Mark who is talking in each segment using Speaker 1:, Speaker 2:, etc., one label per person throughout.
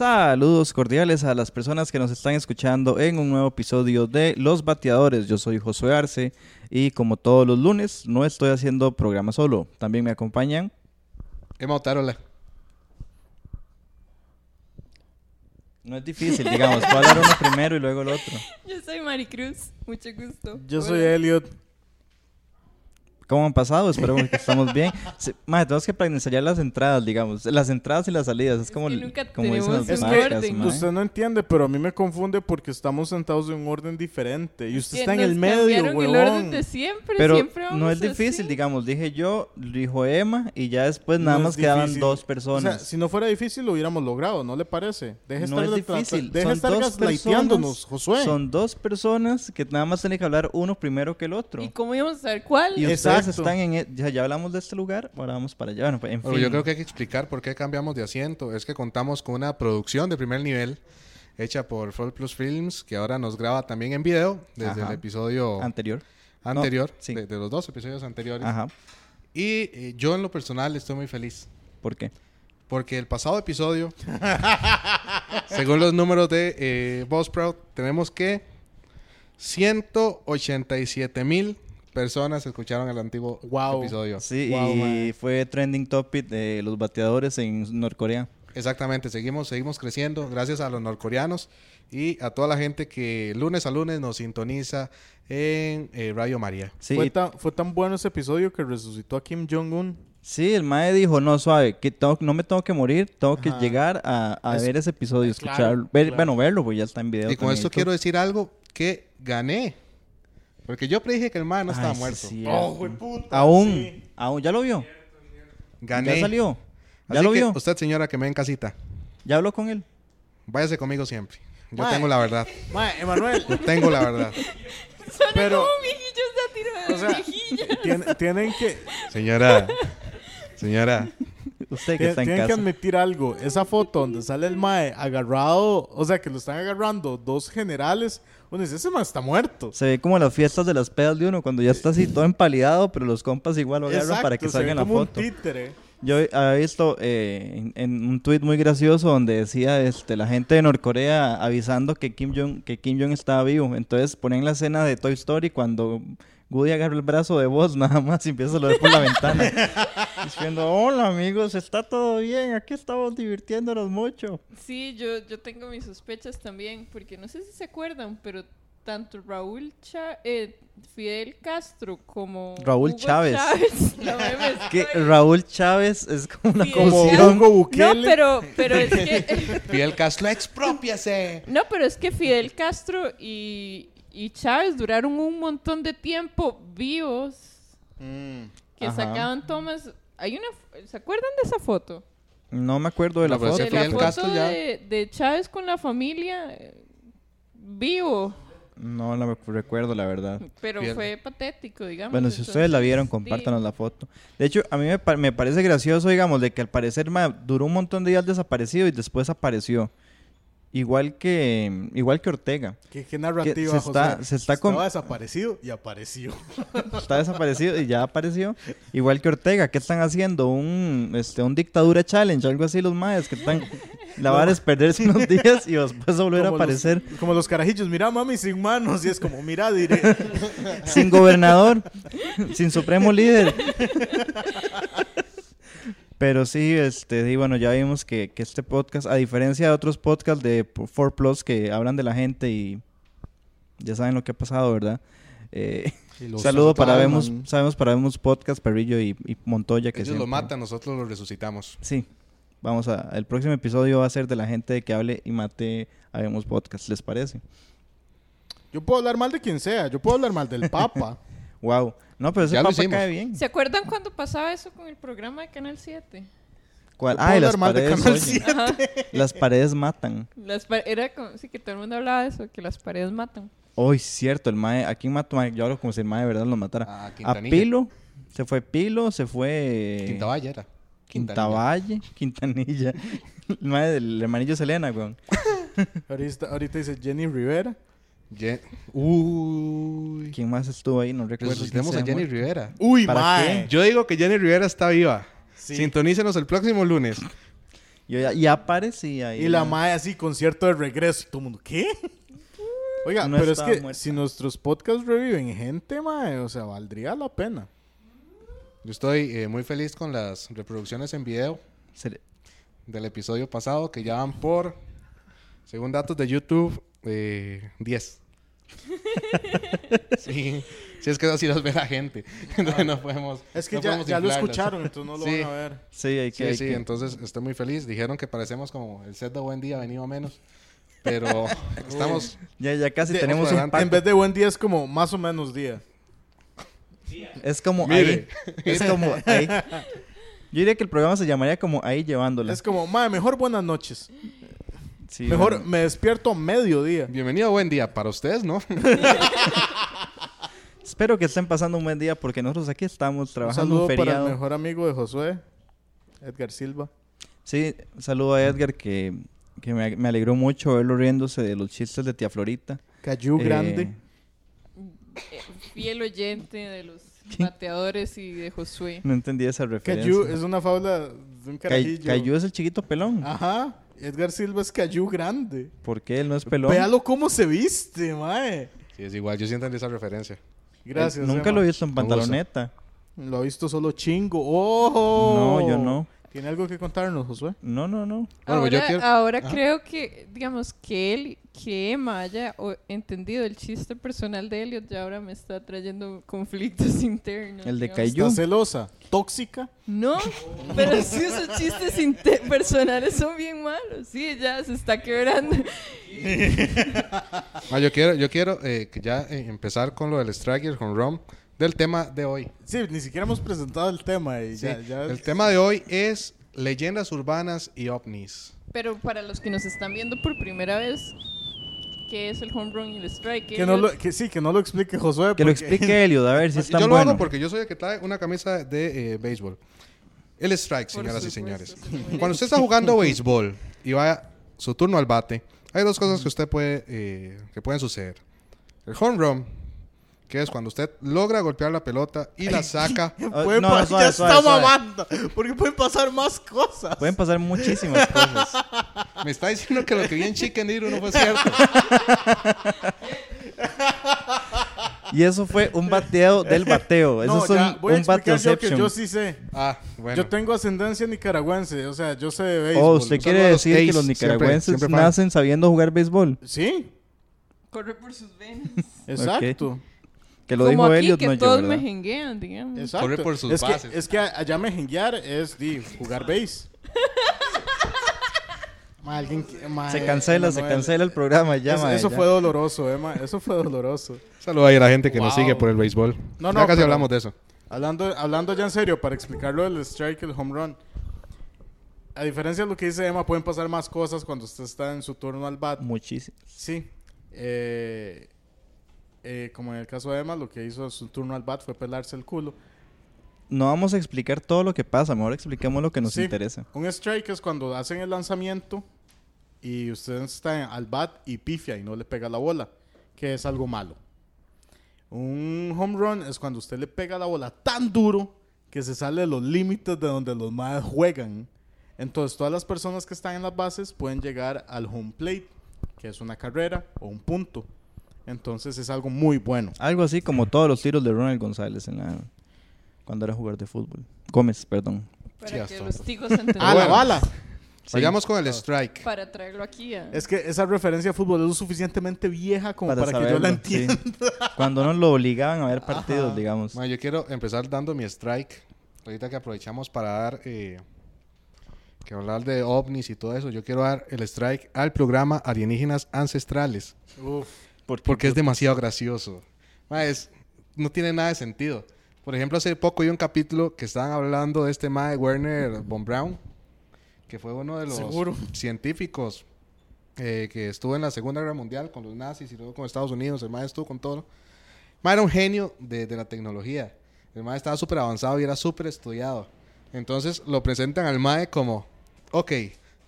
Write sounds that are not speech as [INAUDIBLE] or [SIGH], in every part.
Speaker 1: Saludos cordiales a las personas que nos están escuchando en un nuevo episodio de Los Bateadores. Yo soy Josué Arce y como todos los lunes no estoy haciendo programa solo. También me acompañan.
Speaker 2: Emma Otárola.
Speaker 1: No es difícil, digamos. Voy a hablar uno primero y luego el otro.
Speaker 3: Yo soy Maricruz, mucho gusto.
Speaker 4: Yo
Speaker 3: Hola.
Speaker 4: soy Elliot.
Speaker 1: ¿Cómo han pasado? Esperemos que estamos bien. Sí, mae, tenemos que planear las entradas, digamos. Las entradas y las salidas. Es como,
Speaker 3: que
Speaker 1: el-
Speaker 3: nunca
Speaker 1: como dicen
Speaker 3: tenemos
Speaker 1: las
Speaker 4: Es
Speaker 3: un
Speaker 1: marcas,
Speaker 3: orden.
Speaker 1: mae.
Speaker 4: Usted no entiende, pero a mí me confunde porque estamos sentados en un orden diferente. Y usted
Speaker 3: Que
Speaker 4: está en
Speaker 3: nos
Speaker 4: el medio,
Speaker 3: cambiaron el orden
Speaker 4: huevón.
Speaker 3: de siempre,
Speaker 1: Pero
Speaker 3: siempre
Speaker 1: no
Speaker 3: vamos
Speaker 1: es difícil,
Speaker 3: así.
Speaker 1: digamos. Dije yo, dijo Emma y ya después Pues nada
Speaker 4: No
Speaker 1: más
Speaker 4: es
Speaker 1: quedaban
Speaker 4: difícil.
Speaker 1: dos
Speaker 4: O sea,
Speaker 1: personas.
Speaker 4: si no fuera difícil lo hubiéramos logrado, ¿no le parece? Deje
Speaker 1: no es
Speaker 4: estar tra-
Speaker 1: difícil.
Speaker 4: Deje
Speaker 1: son
Speaker 4: estar
Speaker 1: dos
Speaker 4: gaslighteándonos,
Speaker 1: personas-
Speaker 4: Josué.
Speaker 1: Son dos personas que nada más tienen que hablar uno primero que el otro.
Speaker 3: ¿Y cómo íbamos a saber cuál?
Speaker 1: Y
Speaker 3: [LAUGHS]
Speaker 1: ustedes
Speaker 4: Exacto.
Speaker 1: están en... e- Ya, ya hablamos de este lugar, ahora vamos para allá. Bueno, pues, en
Speaker 2: Bueno,
Speaker 1: fin.
Speaker 2: yo creo que hay que explicar por qué cambiamos de asiento. Es que contamos con una producción de primer nivel hecha por Full Plus Films, que ahora nos graba también en video desde
Speaker 1: Ajá.
Speaker 2: el episodio
Speaker 1: Anterior.
Speaker 2: anterior,
Speaker 1: no, sí.
Speaker 2: de, de los dos episodios anteriores.
Speaker 1: Ajá.
Speaker 2: Y eh, yo en lo personal estoy muy feliz,
Speaker 1: ¿Por qué?
Speaker 2: porque el
Speaker 1: [LAUGHS]
Speaker 2: pasado episodio, según los números de eh, Buzzsprout, tenemos que 187 mil personas escucharon el antiguo
Speaker 4: Wow.
Speaker 2: episodio.
Speaker 1: Sí,
Speaker 4: Wow,
Speaker 1: y
Speaker 4: mae.
Speaker 1: fue trending topic de los bateadores en Norcorea.
Speaker 2: Exactamente, seguimos, seguimos creciendo gracias a los norcoreanos y a toda la gente que lunes a lunes nos sintoniza en eh, Radio María.
Speaker 1: Sí,
Speaker 4: fue,
Speaker 1: y-
Speaker 4: tan, fue tan bueno ese episodio que resucitó a Kim Jong-un.
Speaker 1: sí, el mae dijo, no, suave, que tengo- no me tengo que morir, tengo que
Speaker 4: Ajá.
Speaker 1: llegar a, a
Speaker 4: Es-
Speaker 1: ver ese episodio, escuchar,
Speaker 4: claro,
Speaker 1: ver-
Speaker 4: claro.
Speaker 1: bueno, verlo, porque ya está en video.
Speaker 2: Y con
Speaker 1: también
Speaker 2: esto
Speaker 1: todo.
Speaker 2: quiero decir algo que gané. Porque yo predije que el man no
Speaker 1: Ay,
Speaker 2: estaba
Speaker 1: sí,
Speaker 2: muerto.
Speaker 1: sí,
Speaker 4: Oh, puta!
Speaker 1: Aún, aún, ¿ya lo vio?
Speaker 2: Gané.
Speaker 1: ¿Ya salió? ¿Ya
Speaker 2: Así
Speaker 1: lo
Speaker 2: que
Speaker 1: vio?
Speaker 2: Usted, señora, que me en casita,
Speaker 1: ¿Ya habló con él?
Speaker 2: váyase conmigo siempre. Yo
Speaker 4: Mae.
Speaker 2: tengo la verdad.
Speaker 4: Mae, Emanuel,
Speaker 2: Yo tengo la verdad.
Speaker 3: Suena
Speaker 4: pero-
Speaker 3: como viejillo sátiro de
Speaker 4: o sea, [LAUGHS]
Speaker 3: viejillo.
Speaker 4: [LAUGHS] tien- tienen que,
Speaker 2: Señora. Señora.
Speaker 1: Usted que
Speaker 4: Tien-
Speaker 1: está en
Speaker 4: Tienen que
Speaker 1: casa.
Speaker 4: admitir algo. Esa foto donde sale el mae agarrado, o sea, que lo están agarrando dos generales. Uno dice, ese mae está muerto.
Speaker 1: Se ve como las fiestas de las pedas de uno, cuando ya está así todo empalidado, pero los compas igual lo agarran para que
Speaker 4: se
Speaker 1: salga
Speaker 4: ve
Speaker 1: en la
Speaker 4: como un
Speaker 1: foto.
Speaker 4: títere.
Speaker 1: Yo he- había visto eh, en, en un tuit muy gracioso donde decía este, la gente de Norcorea avisando que Kim Jong que Kim Jong estaba vivo. Entonces ponían la escena de Toy Story cuando Woody agarra el brazo de vos [LAUGHS] nada más y empieza a lo ver por la
Speaker 4: [LAUGHS]
Speaker 1: ventana. Diciendo, hola amigos, está todo bien, aquí estamos divirtiéndonos mucho.
Speaker 3: Sí, yo, yo tengo mis sospechas también, porque no sé si se acuerdan, pero tanto Raúl Cha- eh, Fidel Castro como
Speaker 1: Raúl
Speaker 3: Hugo
Speaker 1: Chávez.
Speaker 3: [LAUGHS] la meme es
Speaker 1: Que Raúl Chávez es como una
Speaker 3: Sí,
Speaker 1: como...
Speaker 3: decía-
Speaker 4: Hugo Bukele.
Speaker 3: No, pero, pero es
Speaker 4: [LAUGHS]
Speaker 3: que
Speaker 2: Fidel Castro, expropiase.
Speaker 3: no, pero es que Fidel Castro y, y Chávez duraron un montón de tiempo vivos
Speaker 1: Mm.
Speaker 3: que
Speaker 1: Ajá.
Speaker 3: sacaban tomas. Hay una, ¿se acuerdan de esa foto?
Speaker 1: No me acuerdo de la
Speaker 2: No, pero
Speaker 1: foto.
Speaker 2: ese
Speaker 3: de
Speaker 2: Fidel
Speaker 3: la foto
Speaker 2: Castro ya-
Speaker 3: de, de Chávez con la familia eh, vivo,
Speaker 1: No la me- recuerdo, la verdad.
Speaker 3: pero
Speaker 2: Fidel-
Speaker 3: fue patético, digamos.
Speaker 1: Bueno, si ustedes la
Speaker 3: entonces,
Speaker 1: vieron,
Speaker 3: sí.
Speaker 1: compártanos la foto. De hecho, a mí me, pa- me parece gracioso, digamos, de que al parecer ma, duró un montón de días desaparecido y después apareció. Igual que, igual que Ortega.
Speaker 4: ¿Qué, qué narrativa,
Speaker 1: Que se está-
Speaker 4: José?
Speaker 1: se está
Speaker 4: Estaba
Speaker 1: con-
Speaker 4: desaparecido
Speaker 1: [LAUGHS]
Speaker 4: y apareció.
Speaker 1: Está desaparecido y ya apareció. Igual que Ortega. ¿Qué están haciendo? Un, este, un dictadura challenge, algo así los maes que están... La vara es perderse unos días y después volver a
Speaker 4: Como los-
Speaker 1: aparecer
Speaker 4: como los carajillos, mira mami sin manos. Y es como, mira,
Speaker 1: [LAUGHS]
Speaker 4: diré.
Speaker 1: sin gobernador, sin supremo líder. Pero sí, este, y bueno, ya vimos que, que este podcast, a diferencia de otros podcasts de 4 Plus que hablan de la gente y ya saben lo que ha pasado, ¿verdad? Eh, saludo para
Speaker 4: trauman.
Speaker 1: vemos, sabemos para vemos podcast, Perrillo y, y Montoya que
Speaker 2: Ellos
Speaker 1: siempre-
Speaker 2: lo matan, nosotros lo resucitamos.
Speaker 1: Sí. Vamos a, el próximo episodio va a ser de la gente que hable y mate a Vemos Podcast, ¿les parece?
Speaker 4: Yo puedo hablar mal de quien sea. Yo puedo hablar
Speaker 1: [LAUGHS]
Speaker 4: mal del papa.
Speaker 1: Wow. No, pero ese
Speaker 2: Ya lo
Speaker 1: papa
Speaker 2: hicimos.
Speaker 1: cae bien.
Speaker 3: ¿Se acuerdan cuando pasaba eso con el programa de Canal 7?
Speaker 1: ¿Cuál?
Speaker 4: Yo puedo
Speaker 1: Ah, y las
Speaker 4: hablar mal de
Speaker 1: paredes, [LAUGHS]
Speaker 4: Canal
Speaker 1: oye.
Speaker 4: 7.
Speaker 3: Ajá.
Speaker 1: Las paredes matan.
Speaker 3: Las pa- era como, sí, que todo el mundo hablaba de eso, que las paredes matan.
Speaker 1: Hoy, cierto, el mae. Aquí mató a. Yo hablo como si el mae de verdad lo
Speaker 4: Ah,
Speaker 1: matara.
Speaker 2: A
Speaker 1: A
Speaker 2: Quintanilla.
Speaker 1: Pilo. Se fue Pilo, se fue.
Speaker 2: Quintavalle era.
Speaker 1: Quintavalle, Quintanilla. [LAUGHS] El mae del hermanillo de Selena, weón.
Speaker 4: ahorita, ahorita dice Jenny Rivera.
Speaker 2: Ye- Uy.
Speaker 1: ¿Quién más estuvo ahí? No recuerdo. quién
Speaker 2: Resucitemos
Speaker 1: se
Speaker 2: a
Speaker 1: llamó.
Speaker 2: Jenny Rivera.
Speaker 4: Uy,
Speaker 1: ¿Para
Speaker 4: mae.
Speaker 2: Yo digo que Jenny Rivera está viva.
Speaker 4: Sí.
Speaker 2: Sintonícenos el próximo lunes.
Speaker 1: Y, ya- y aparecía.
Speaker 4: Y la mae así, concierto de regreso. Y todo el mundo,
Speaker 1: [LAUGHS]
Speaker 4: ¿qué? Oiga,
Speaker 1: No
Speaker 4: pero es
Speaker 1: estaba
Speaker 4: que
Speaker 1: muerta.
Speaker 4: si nuestros podcasts reviven gente, mae, o sea, valdría la pena.
Speaker 2: Yo estoy eh, muy feliz con las reproducciones en video
Speaker 1: Se-
Speaker 2: del episodio pasado que ya van por, según datos de YouTube, eh,
Speaker 4: [LAUGHS]
Speaker 2: 10. sí, sí, es que así los ve la gente. [LAUGHS] Entonces no podemos.
Speaker 4: Ah. Es que
Speaker 2: no
Speaker 4: ya,
Speaker 2: podemos
Speaker 4: ya lo
Speaker 2: inflarlas.
Speaker 4: escucharon, entonces no lo
Speaker 2: Sí.
Speaker 4: van a ver.
Speaker 1: [LAUGHS] Sí, hay que...
Speaker 2: Sí,
Speaker 1: hay
Speaker 2: sí,
Speaker 1: que-
Speaker 2: entonces estoy muy feliz. Dijeron que parecemos como el set de Buen Día, venido a menos. Pero estamos.
Speaker 1: Ya, ya casi
Speaker 4: De-
Speaker 1: tenemos
Speaker 2: vamos
Speaker 1: un
Speaker 2: adelante.
Speaker 1: pacto.
Speaker 4: En vez de buen día es como más o menos día.
Speaker 1: Es como
Speaker 2: Mire.
Speaker 1: ahí. Es como
Speaker 4: [LAUGHS]
Speaker 1: ahí. Yo diría que el programa se llamaría como ahí llevándola.
Speaker 4: Es como, mae, mejor buenas noches.
Speaker 1: Sí,
Speaker 4: Mejor
Speaker 1: bueno.
Speaker 4: me despierto a mediodía.
Speaker 2: Bienvenido a Buen Día para ustedes, ¿no?
Speaker 1: Espero que estén pasando un buen día porque nosotros aquí estamos
Speaker 4: Un
Speaker 1: trabajando un,
Speaker 4: saludo para
Speaker 1: feriado.
Speaker 4: el mejor amigo de Josué, Edgar Silva.
Speaker 1: Sí, un saludo a Edgar que, que me, me alegró mucho verlo riéndose de los chistes de tía Florita.
Speaker 4: Cayú
Speaker 1: Eh,
Speaker 4: Grande.
Speaker 3: Eh, Fiel oyente de los bateadores y de Josué.
Speaker 1: No entendí esa
Speaker 4: Cayú
Speaker 1: referencia.
Speaker 4: es una fábula de
Speaker 1: Cay-
Speaker 4: un carajillo. Ah.
Speaker 1: Cayú es el chiquito pelón.
Speaker 4: Ajá. Edgar Silva es Cayú Grande.
Speaker 1: ¿Por qué él no es pelón?
Speaker 4: Véalo cómo se viste, mae.
Speaker 2: Sí, es igual, yo sí entendí esa referencia.
Speaker 1: Él
Speaker 4: Gracias.
Speaker 1: Eh, Nunca
Speaker 4: Emma.
Speaker 1: lo he visto en
Speaker 2: Me gusta.
Speaker 1: pantaloneta.
Speaker 4: Lo ha visto solo chingo. ¡Oh!
Speaker 1: No, yo no.
Speaker 4: ¿Tiene algo que contarnos, Josué?
Speaker 1: No, no, no.
Speaker 2: Ah, Bueno,
Speaker 3: ahora
Speaker 2: yo quiero-
Speaker 3: ahora creo que, digamos, que él, que Emma haya o- entendido el chiste personal de Elliot, ya ahora me está trayendo conflictos [LAUGHS] internos.
Speaker 1: El de
Speaker 3: digamos.
Speaker 1: Cayú.
Speaker 4: Está celosa, tóxica.
Speaker 3: No, pero sí esos chistes inte- personales son bien malos. Sí, ya se está quebrando.
Speaker 2: Ah, yo quiero, yo quiero eh, que ya eh, empezar con lo del strike y el home run del tema de hoy.
Speaker 4: Sí, ni siquiera hemos presentado el tema y ya,
Speaker 2: Sí,
Speaker 4: ya-
Speaker 2: El tema de hoy es leyendas urbanas y ovnis.
Speaker 3: Pero para los que nos están viendo por primera vez, ¿qué es el home run y el strike?
Speaker 4: que no
Speaker 3: Elliot?
Speaker 4: lo, que sí, que no lo explique Josué.
Speaker 1: Que lo
Speaker 4: porque- [LAUGHS]
Speaker 1: explique Eliud, a ver si
Speaker 4: Pues
Speaker 1: es
Speaker 2: Yo
Speaker 1: tan
Speaker 2: lo
Speaker 1: bueno.
Speaker 2: hago porque yo soy el que trae una camisa de eh, béisbol. El strike,
Speaker 3: Por
Speaker 2: señoras y
Speaker 3: supuesto,
Speaker 2: señores.
Speaker 3: señores.
Speaker 2: Cuando usted está
Speaker 4: [LAUGHS]
Speaker 2: jugando béisbol y va su turno al bate, hay dos cosas que usted puede eh, que pueden suceder. El home run, que es cuando usted logra golpear la pelota y la saca.
Speaker 4: [LAUGHS]
Speaker 1: Ah,
Speaker 4: Puede
Speaker 1: no,
Speaker 4: pa-
Speaker 1: suave,
Speaker 4: ya
Speaker 1: suave,
Speaker 4: está
Speaker 1: suave.
Speaker 4: mamando. Porque pueden pasar más cosas.
Speaker 1: Pueden pasar muchísimas cosas.
Speaker 4: [LAUGHS]
Speaker 2: Me está diciendo que lo que vi en Chicken Little no fue cierto.
Speaker 1: Y eso fue un bateo del bateo. Pues, Eso
Speaker 4: [LAUGHS] No,
Speaker 1: es un,
Speaker 4: ya, voy a
Speaker 1: un
Speaker 4: explicar yo que
Speaker 1: bateoception.
Speaker 4: yo sí sé.
Speaker 2: Ah, bueno.
Speaker 4: Yo tengo ascendencia nicaragüense, o sea, yo sé de béisbol.
Speaker 1: Oh, usted
Speaker 2: Saludos
Speaker 1: quiere
Speaker 2: a los
Speaker 1: decir que
Speaker 2: gays,
Speaker 1: los
Speaker 2: siempre-
Speaker 1: nicaragüenses
Speaker 2: siempre fan.
Speaker 1: nacen sabiendo jugar béisbol.
Speaker 4: Sí,
Speaker 3: Corre por sus venas.
Speaker 4: exacto.
Speaker 1: Que lo
Speaker 3: Como
Speaker 1: dijo
Speaker 3: aquí,
Speaker 1: Elliot,
Speaker 3: que
Speaker 1: no yo,
Speaker 3: todos me
Speaker 1: ¿verdad?
Speaker 3: jenguean, digamos.
Speaker 4: Exacto.
Speaker 2: Corre por sus
Speaker 4: es
Speaker 2: bases.
Speaker 4: Que, es que a- allá mejenguear es di, jugar base. Ma, alguien que- ma,
Speaker 1: Se
Speaker 4: eh,
Speaker 1: cancela, se
Speaker 4: Manuel.
Speaker 1: cancela el programa ya,
Speaker 4: Eso-
Speaker 1: mae,
Speaker 4: eso
Speaker 1: ya.
Speaker 4: fue doloroso, Emma. Eso fue doloroso.
Speaker 2: Saludos ahí a la gente que nos
Speaker 4: Wow.
Speaker 2: sigue por el béisbol.
Speaker 4: No,
Speaker 2: No,
Speaker 4: no,
Speaker 2: ya casi
Speaker 4: pero-
Speaker 2: hablamos de eso.
Speaker 4: Hablando, hablando ya en serio, para explicarlo del strike y el home run. A diferencia de lo que dice Emma, pueden pasar más cosas cuando usted está en su turno al bat.
Speaker 1: Muchísimo.
Speaker 4: Sí. Eh, eh, como en el caso de Emma, lo que hizo en su turno al bat fue pelarse el culo.
Speaker 1: No vamos a explicar todo lo que pasa, mejor expliquemos lo que nos
Speaker 4: Sí,
Speaker 1: interesa.
Speaker 4: Un strike es cuando hacen el lanzamiento y usted está en- al bat y pifia y no le pega la bola, que es algo malo. Un home run es cuando usted le pega la bola tan duro que se sale de los límites de donde los más juegan. Entonces todas las personas que están en las bases pueden llegar al home plate, que es una carrera o un punto. Entonces es algo muy bueno.
Speaker 1: Algo así como todos los tiros de Ronald González en la cuando era jugador de fútbol. Gómez, perdón.
Speaker 2: Sí,
Speaker 3: Para que
Speaker 2: hasta- Ah,
Speaker 3: los ticos entiendan.
Speaker 4: ¡A Ah, la
Speaker 2: Bueno.
Speaker 4: bala!
Speaker 2: Sigamos con
Speaker 4: Ah.
Speaker 2: el strike.
Speaker 3: Para traerlo aquí a...
Speaker 4: Es que esa referencia a fútbol es lo suficientemente vieja como para, que yo la
Speaker 1: saberlo, sí.
Speaker 4: entienda.
Speaker 1: [LAUGHS] Cuando nos lo obligaban a ver partidos, digamos.
Speaker 2: Ma, yo quiero empezar dando mi strike. Ahorita que aprovechamos para dar. eh, que hablar de ovnis y todo eso. Yo quiero dar el strike al programa Alienígenas Ancestrales.
Speaker 4: Uf.
Speaker 2: Porque es demasiado gracioso. Ma, es- no tiene nada de sentido. Por ejemplo, hace poco hay un capítulo que estaban hablando de este ma de Werner von Braun. Que fue uno de los
Speaker 4: Seguro.
Speaker 2: científicos eh, que estuvo en la Segunda Guerra Mundial con los nazis y luego con Estados Unidos. El ma estuvo con todo. Ma era un genio de, de la tecnología. El mae estaba súper avanzado y era súper estudiado. Entonces lo presentan al mae como, ok,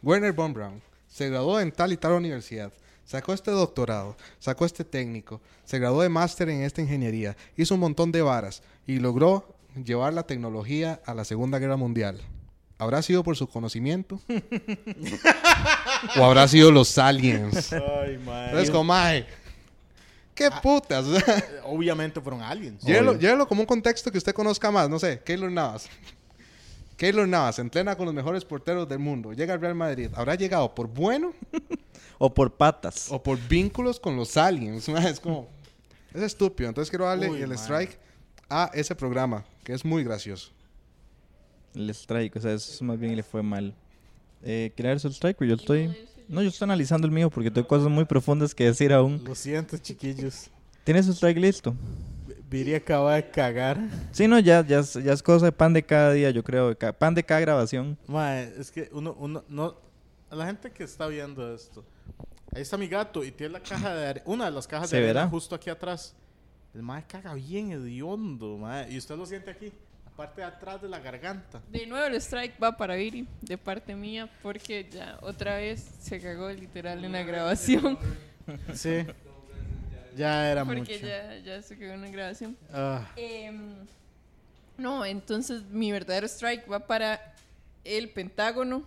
Speaker 2: Werner von Braun se graduó en tal y tal universidad, sacó este doctorado, sacó este técnico, se graduó de máster en esta ingeniería, hizo un montón de varas y logró llevar la tecnología a la Segunda Guerra Mundial. ¿Habrá sido por su conocimiento? ¿O habrá sido los aliens?
Speaker 4: Ay, madre.
Speaker 2: Entonces, como, mae, ¿qué putas? O sea,
Speaker 4: Obviamente fueron aliens.
Speaker 2: Llévelo, llévelo como un contexto que usted conozca más. No sé, Keylor Navas. [LAUGHS] Keylor Navas entrena con los mejores porteros del mundo. Llega al Real Madrid. ¿Habrá llegado por bueno
Speaker 1: O por patas.
Speaker 2: o por vínculos con los aliens? [LAUGHS] Ma, Es como... Es estúpido. Entonces quiero darle
Speaker 4: Uy,
Speaker 2: el
Speaker 4: man.
Speaker 2: strike a ese programa, que es muy gracioso.
Speaker 1: El strike, o sea, eso más bien le fue mal. Eh, ¿Quiere ver su strike? Yo estoy... No, yo estoy analizando el mío porque tengo cosas muy profundas que decir aún.
Speaker 4: Lo siento, chiquillos.
Speaker 1: ¿Tiene su strike listo?
Speaker 4: Viri acaba de cagar.
Speaker 1: Sí, no, ya, ya, es- ya es cosa de pan de cada día, yo creo. de ca- pan de cada grabación.
Speaker 4: Mae, es que uno, uno, no. a la gente que está viendo esto, ahí está mi gato y tiene la caja de are- una de las cajas
Speaker 1: ¿Se
Speaker 4: de arena
Speaker 1: verá?
Speaker 4: justo aquí atrás. El mae caga bien hediondo, mae. Y usted lo siente aquí, la parte de atrás de la garganta.
Speaker 3: De nuevo el strike va para Viri, de parte mía, porque ya otra vez se cagó literal en la grabación.
Speaker 4: Sí. [LAUGHS] Ya era mucho.
Speaker 3: Porque ya, ya se cagó en la grabación.
Speaker 4: Ah,
Speaker 3: Em, no, entonces mi verdadero strike va para el Pentágono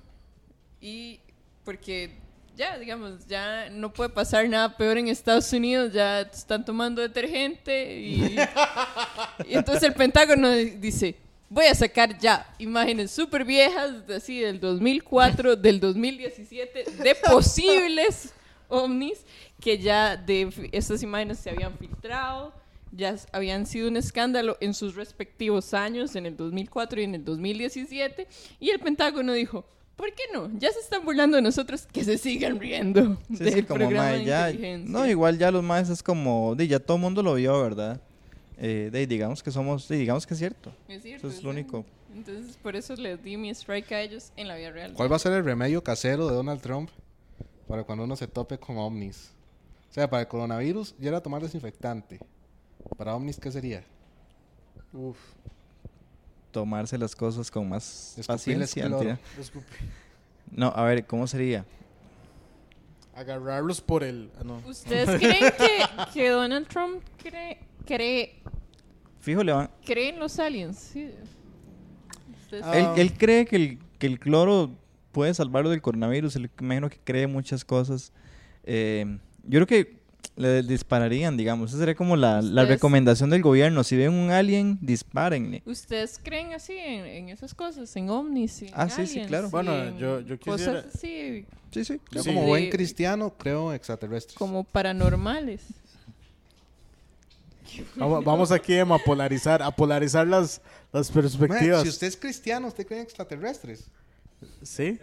Speaker 3: y porque ya, digamos, ya no puede pasar nada peor en Estados Unidos, ya están tomando detergente
Speaker 4: [LAUGHS]
Speaker 3: y, y entonces el Pentágono di- dice, voy a sacar ya imágenes súper viejas, de así del 2004, del 2017, de posibles ovnis que ya de f- esas imágenes se habían filtrado, ya s- habían sido un escándalo en sus respectivos años, en el 2004 y en el 2017, y el Pentágono dijo, ¿por qué no? Ya se están burlando de nosotros, que se sigan riendo
Speaker 1: Sí,
Speaker 3: del
Speaker 1: es que como
Speaker 3: programa
Speaker 1: mae,
Speaker 3: de
Speaker 1: ya,
Speaker 3: inteligencia".
Speaker 1: no, igual ya los maes es como, di, ya todo el mundo lo vio, ¿verdad? Eh, de, digamos que somos, di, digamos que es cierto.
Speaker 3: Es cierto,
Speaker 1: Eso es lo único.
Speaker 3: Entonces, por eso les di mi strike a ellos en la vida real.
Speaker 2: ¿Cuál va a ser el remedio casero de Donald Trump para cuando uno se tope con ovnis? O sea, para el coronavirus ya era tomar desinfectante. ¿Para ovnis qué sería?
Speaker 4: uf,
Speaker 1: Tomarse las cosas con más
Speaker 2: Escupirles
Speaker 1: paciencia.
Speaker 2: cloro.
Speaker 1: mentira.
Speaker 4: disculpe.
Speaker 1: No, a ver, ¿cómo sería?
Speaker 4: Agarrarlos por el. ah, No.
Speaker 3: ¿Ustedes
Speaker 1: [LAUGHS]
Speaker 3: creen que, que Donald Trump cree, cree,
Speaker 1: Fijo, le van...
Speaker 3: cree en los aliens? Sí. Ustedes-
Speaker 4: Ah.
Speaker 1: Él, él cree que el, que el cloro puede salvarlo del coronavirus. Él imagino que cree muchas cosas. Eh, yo creo que le dispararían, digamos. Esa sería como la, la
Speaker 3: Ustedes-
Speaker 1: recomendación del gobierno. Si ven un alien, dispárenle.
Speaker 3: ¿Ustedes creen así en, en esas cosas? ¿En ovnis? y en
Speaker 1: Ah, sí, sí,
Speaker 3: aliens,
Speaker 1: claro.
Speaker 3: y
Speaker 4: Bueno,
Speaker 3: en
Speaker 4: yo- yo quisiera-
Speaker 3: Cosas así,
Speaker 1: Sí, sí.
Speaker 2: Yo
Speaker 4: Sí.
Speaker 2: como buen
Speaker 3: Sí.
Speaker 2: cristiano creo en extraterrestres.
Speaker 3: como paranormales.
Speaker 4: Vamos, vamos aquí Emma, a polarizar, a polarizar las, las
Speaker 2: Ma,
Speaker 4: perspectivas.
Speaker 2: si usted es cristiano, usted cree en extraterrestres.
Speaker 4: Sí.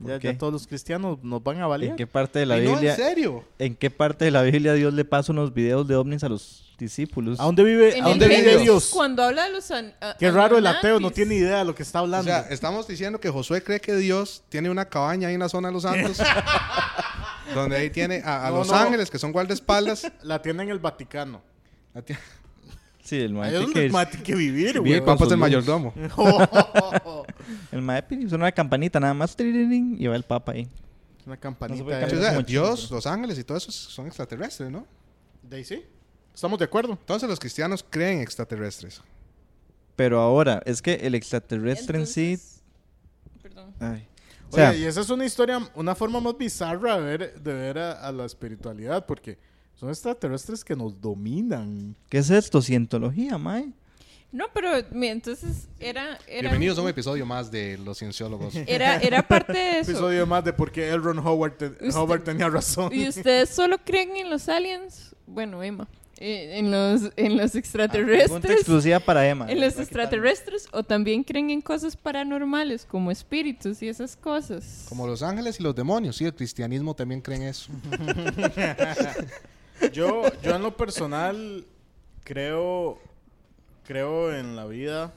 Speaker 4: Ya,
Speaker 1: ¿Por qué?
Speaker 4: ya todos los cristianos nos van a valer.
Speaker 1: ¿En qué parte de la
Speaker 2: y no,
Speaker 1: Biblia?
Speaker 2: en serio.
Speaker 1: ¿En qué parte de la Biblia Dios le pasa unos videos de ovnis a los discípulos?
Speaker 4: ¿A dónde vive,
Speaker 3: En
Speaker 4: ¿a
Speaker 3: el
Speaker 4: dónde vive
Speaker 3: Génesis,
Speaker 4: Dios?
Speaker 3: Cuando habla de los an- a-
Speaker 4: Qué raro el ateo, no
Speaker 3: Anunnakis.
Speaker 4: tiene idea de lo que está
Speaker 2: O
Speaker 4: hablando.
Speaker 2: sea, estamos diciendo que Josué cree que Dios tiene una cabaña ahí en la zona de los santos. donde ahí tiene a, a
Speaker 4: No,
Speaker 2: los
Speaker 4: no.
Speaker 2: ángeles que son guardaespaldas.
Speaker 4: la tiene en el Vaticano.
Speaker 2: La tía-
Speaker 1: Sí, el mae
Speaker 4: Ahí es
Speaker 1: tiene
Speaker 4: donde
Speaker 1: que-
Speaker 4: el mae tiene que vivir,
Speaker 1: Vive
Speaker 4: güey.
Speaker 1: con
Speaker 2: Papá es
Speaker 1: sus
Speaker 2: el
Speaker 1: luces.
Speaker 2: mayordomo.
Speaker 1: [LAUGHS] El mae pide- suena una campanita nada más tirirín, y va el papa ahí.
Speaker 4: [LAUGHS] Una
Speaker 1: No se puede
Speaker 4: campanita.
Speaker 1: cambiar.
Speaker 2: Sí, o
Speaker 4: eh.
Speaker 2: sea,
Speaker 1: como
Speaker 2: Dios,
Speaker 1: chiste.
Speaker 2: los ángeles y todo eso son extraterrestres, ¿no?
Speaker 4: ¿De ahí sí? ¿Estamos de acuerdo?
Speaker 2: Entonces los cristianos creen en extraterrestres.
Speaker 1: Pero ahora, es que el extraterrestre en sí...
Speaker 3: Entonces- Perdón.
Speaker 1: Ay. O
Speaker 4: Oye,
Speaker 1: sea,
Speaker 4: y esa es una historia, una forma más bizarra de ver, de ver a, a la espiritualidad, porque son extraterrestres que nos dominan.
Speaker 1: ¿qué es esto? Cientología, mae.
Speaker 3: No, pero mi- entonces era... era
Speaker 2: Bienvenidos a un episodio más de Los [LAUGHS] Cienciólogos.
Speaker 3: Era, era parte de eso.
Speaker 4: Episodio más de por qué L. Ron Howard, te-
Speaker 3: Usted-
Speaker 4: Howard tenía razón.
Speaker 3: ¿Y ustedes solo creen en los aliens? Bueno, Emma. eh, en, los, en los
Speaker 1: Pregunta
Speaker 3: extraterrestres.
Speaker 1: exclusiva para Emma.
Speaker 3: En los extraterrestres. O también creen en cosas paranormales como espíritus y esas cosas.
Speaker 2: Como los ángeles y los demonios, sí, el cristianismo también creen eso.
Speaker 4: Yo, yo en lo personal creo, creo en la vida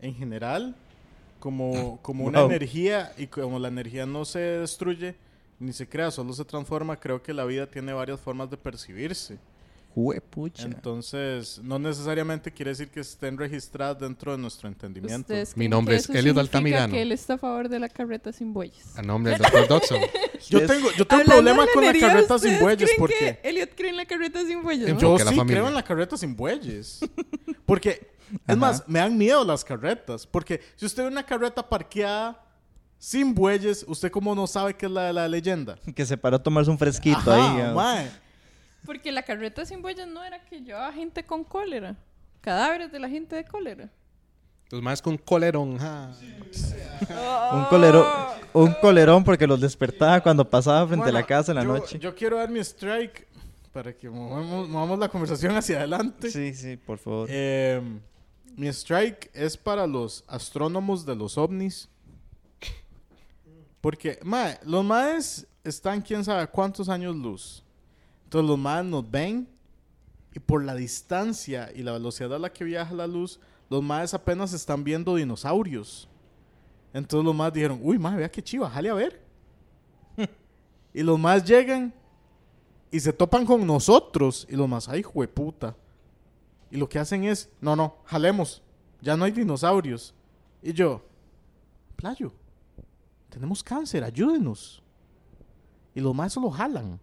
Speaker 4: en general como, como una
Speaker 1: Wow.
Speaker 4: energía y como la energía no se destruye ni se crea, solo se transforma, creo que la vida tiene varias formas de percibirse.
Speaker 1: Juepucha.
Speaker 4: Entonces, no necesariamente quiere decir que estén registradas dentro de nuestro entendimiento.
Speaker 3: ¿Ustedes
Speaker 2: Mi
Speaker 3: creen
Speaker 2: nombre
Speaker 3: que
Speaker 2: es
Speaker 3: eso
Speaker 2: Elliot
Speaker 3: significa
Speaker 2: Altamirano. Ah,
Speaker 3: Que él está a favor de la carreta sin bueyes.
Speaker 2: A nombre del doctor Dodson.
Speaker 4: Yo
Speaker 1: Es-
Speaker 4: tengo, yo tengo
Speaker 3: Hablando
Speaker 4: un
Speaker 3: de
Speaker 4: problema con la
Speaker 3: alhería,
Speaker 4: carreta sin
Speaker 3: ¿ustedes
Speaker 4: bueyes
Speaker 3: creen
Speaker 4: porque...
Speaker 3: que Elliot cree en la carreta sin bueyes.
Speaker 2: En fin.
Speaker 3: ¿no?
Speaker 4: Yo
Speaker 2: Porque la
Speaker 4: sí
Speaker 2: familia.
Speaker 4: creo en la carreta sin bueyes. [LAUGHS] Porque, es
Speaker 1: Ajá.
Speaker 4: más, me dan miedo las carretas. Porque si usted ve una carreta parqueada sin bueyes, usted como no sabe que es la de la leyenda.
Speaker 1: Que se paró a tomarse un fresquito
Speaker 4: Ajá,
Speaker 1: ahí. ah.
Speaker 4: mae.
Speaker 3: Porque la carreta sin bueyes no era que llevaba gente con cólera. Cadáveres de la gente de cólera.
Speaker 2: Los más con colerón. ja.
Speaker 1: Un colerón,
Speaker 3: Oh.
Speaker 1: un colerón porque los despertaba cuando pasaba frente a la
Speaker 4: Bueno,
Speaker 1: casa en la
Speaker 4: yo-
Speaker 1: noche.
Speaker 4: Yo quiero dar mi strike para que movamos, movamos la conversación hacia adelante.
Speaker 1: Sí, sí, por favor.
Speaker 4: Eh, mi strike es para los astrónomos de los ovnis. Porque, mae, los maes están quién sabe cuántos años luz. Entonces los maes nos ven y por la distancia y la velocidad a la que viaja la luz, los maes apenas están viendo dinosaurios. Entonces los maes dijeron, uy, mae, vea qué chiva, jale a ver. y los maes llegan y se topan con nosotros y los maes, ay, jueputa. Y lo que hacen es, no, no, jalemos. Ya no hay dinosaurios. Y yo, playo, tenemos cáncer, ayúdenos. Y los más lo jalan.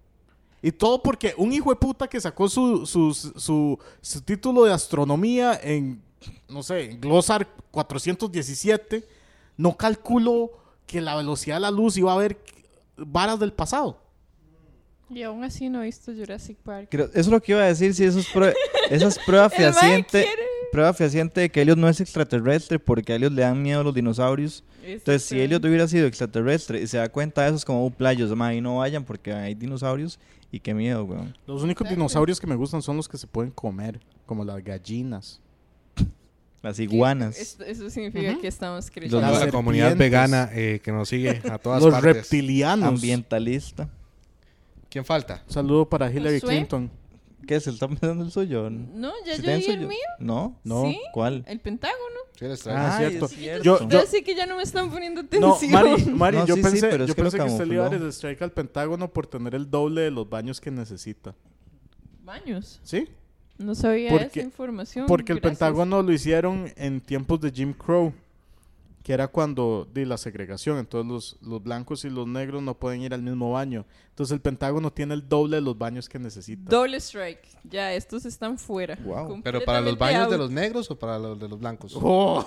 Speaker 4: Y todo porque un hijo de puta que sacó su, su, su- su título de astronomía en, no sé, en Glossar 417, no calculó que la velocidad de la luz iba a ver varas del pasado.
Speaker 3: Y aún así no he visto Jurassic Park.
Speaker 1: Creo- eso es lo que iba a decir, si eso es, prue- esa es prueba
Speaker 3: [LAUGHS] El mae
Speaker 1: fehaciente,
Speaker 3: quiere-
Speaker 1: prueba fehaciente de que Elliot no es extraterrestre porque a Elliot le dan miedo a los dinosaurios. Entonces, si Elliot hubiera sido extraterrestre y se da cuenta de eso, es como, uh, playos, mae, no vayan porque hay dinosaurios y qué miedo, weón.
Speaker 4: Los únicos dinosaurios que me gustan son los que se pueden comer, como las gallinas.
Speaker 1: Las iguanas.
Speaker 3: Es- Eso significa que estamos creyendo.
Speaker 1: Los
Speaker 2: Saludos a la
Speaker 4: serpientes.
Speaker 2: comunidad vegana eh, que nos sigue
Speaker 4: [LAUGHS]
Speaker 2: a todas
Speaker 4: los
Speaker 2: partes.
Speaker 4: reptilianos.
Speaker 1: Ambientalista.
Speaker 2: ¿Quién falta?
Speaker 4: Saludo para Hillary
Speaker 3: ¿Josué? [LAUGHS]
Speaker 4: Clinton.
Speaker 1: ¿Qué es? ¿El está pensando el suyo?
Speaker 3: No, ya
Speaker 1: ¿Sí
Speaker 3: yo
Speaker 1: tiene
Speaker 3: dije el
Speaker 1: suyo?
Speaker 3: mío.
Speaker 1: No,
Speaker 4: No.
Speaker 3: ¿Sí?
Speaker 1: ¿cuál?
Speaker 3: El Pentágono.
Speaker 2: Sí, les traigo.
Speaker 4: Ah,
Speaker 1: Ay,
Speaker 4: cierto.
Speaker 1: es cierto.
Speaker 4: Yo, yo,
Speaker 3: Ya sé que ya no me están poniendo
Speaker 4: no,
Speaker 3: atención.
Speaker 4: Mari, Mari,
Speaker 1: No,
Speaker 4: yo
Speaker 1: sí, sí,
Speaker 4: pensé,
Speaker 1: pero es
Speaker 4: yo
Speaker 1: que lo
Speaker 4: pensé que usted le iba a dar
Speaker 1: camufló.
Speaker 4: el strike al Pentágono por tener el doble de los baños que necesita.
Speaker 3: [LAUGHS] Baños.
Speaker 4: ¿Sí?
Speaker 3: No sabía
Speaker 4: Porque-
Speaker 3: esa información.
Speaker 4: Porque el
Speaker 3: gracias.
Speaker 4: Pentágono lo hicieron en tiempos de Jim Crow, que era cuando de la segregación. Entonces los, los blancos y los negros no pueden ir al mismo baño. Entonces el Pentágono tiene el doble de los baños que necesita.
Speaker 3: Doble strike. Ya, estos están fuera.
Speaker 1: Wow.
Speaker 2: ¿Pero para los
Speaker 3: Completamente
Speaker 2: baños de
Speaker 3: out.
Speaker 2: los negros o para los de los blancos?
Speaker 4: ¡Oh!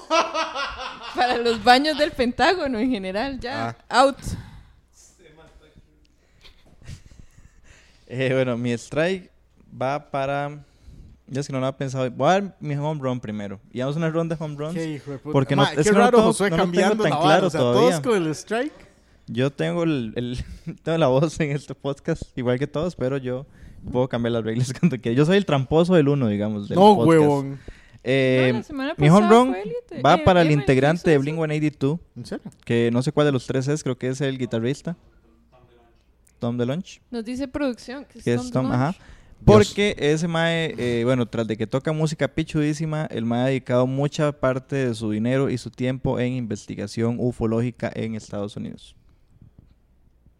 Speaker 3: Para los baños del Pentágono en general, ya.
Speaker 2: Ah.
Speaker 3: Out.
Speaker 1: Eh, bueno, mi strike va para... Ya es que no lo había pensado. Voy a dar mi home run primero. Y hagamos una ronda de home runs.
Speaker 4: Qué hijo de puta.
Speaker 1: Porque no-
Speaker 4: Ma,
Speaker 1: es
Speaker 4: qué
Speaker 1: que no
Speaker 4: raro,
Speaker 1: todo-
Speaker 4: Josué,
Speaker 1: no lo tengo
Speaker 4: cambiando
Speaker 1: tan
Speaker 4: la
Speaker 1: claro
Speaker 4: vara. O sea, todos
Speaker 1: todavía.
Speaker 4: con el strike.
Speaker 1: Yo tengo, el, [LAUGHS] el- tengo la voz en este podcast, igual que todos, pero yo puedo cambiar las reglas [LAUGHS] cuando quiera. Yo soy el tramposo del uno, digamos. Del
Speaker 4: No,
Speaker 1: podcast.
Speaker 4: huevón.
Speaker 1: Eh,
Speaker 3: No, la semana
Speaker 1: mi home
Speaker 3: pasada
Speaker 1: run
Speaker 3: fue Elliot,
Speaker 1: va
Speaker 3: eh,
Speaker 1: para el
Speaker 3: Evan,
Speaker 1: integrante de
Speaker 3: ¿hizo eso?
Speaker 1: Blink 182,
Speaker 4: ¿En serio?
Speaker 1: que no sé cuál de los tres es, creo que es el guitarrista. Tom DeLonge.
Speaker 3: Nos dice producción que es
Speaker 1: que
Speaker 3: Tom
Speaker 1: es Tom,
Speaker 3: DeLonge.
Speaker 1: ajá. Porque ese mae, eh, bueno, tras de que toca música pichudísima, el mae ha dedicado mucha parte de su dinero y su tiempo en investigación ufológica en Estados Unidos.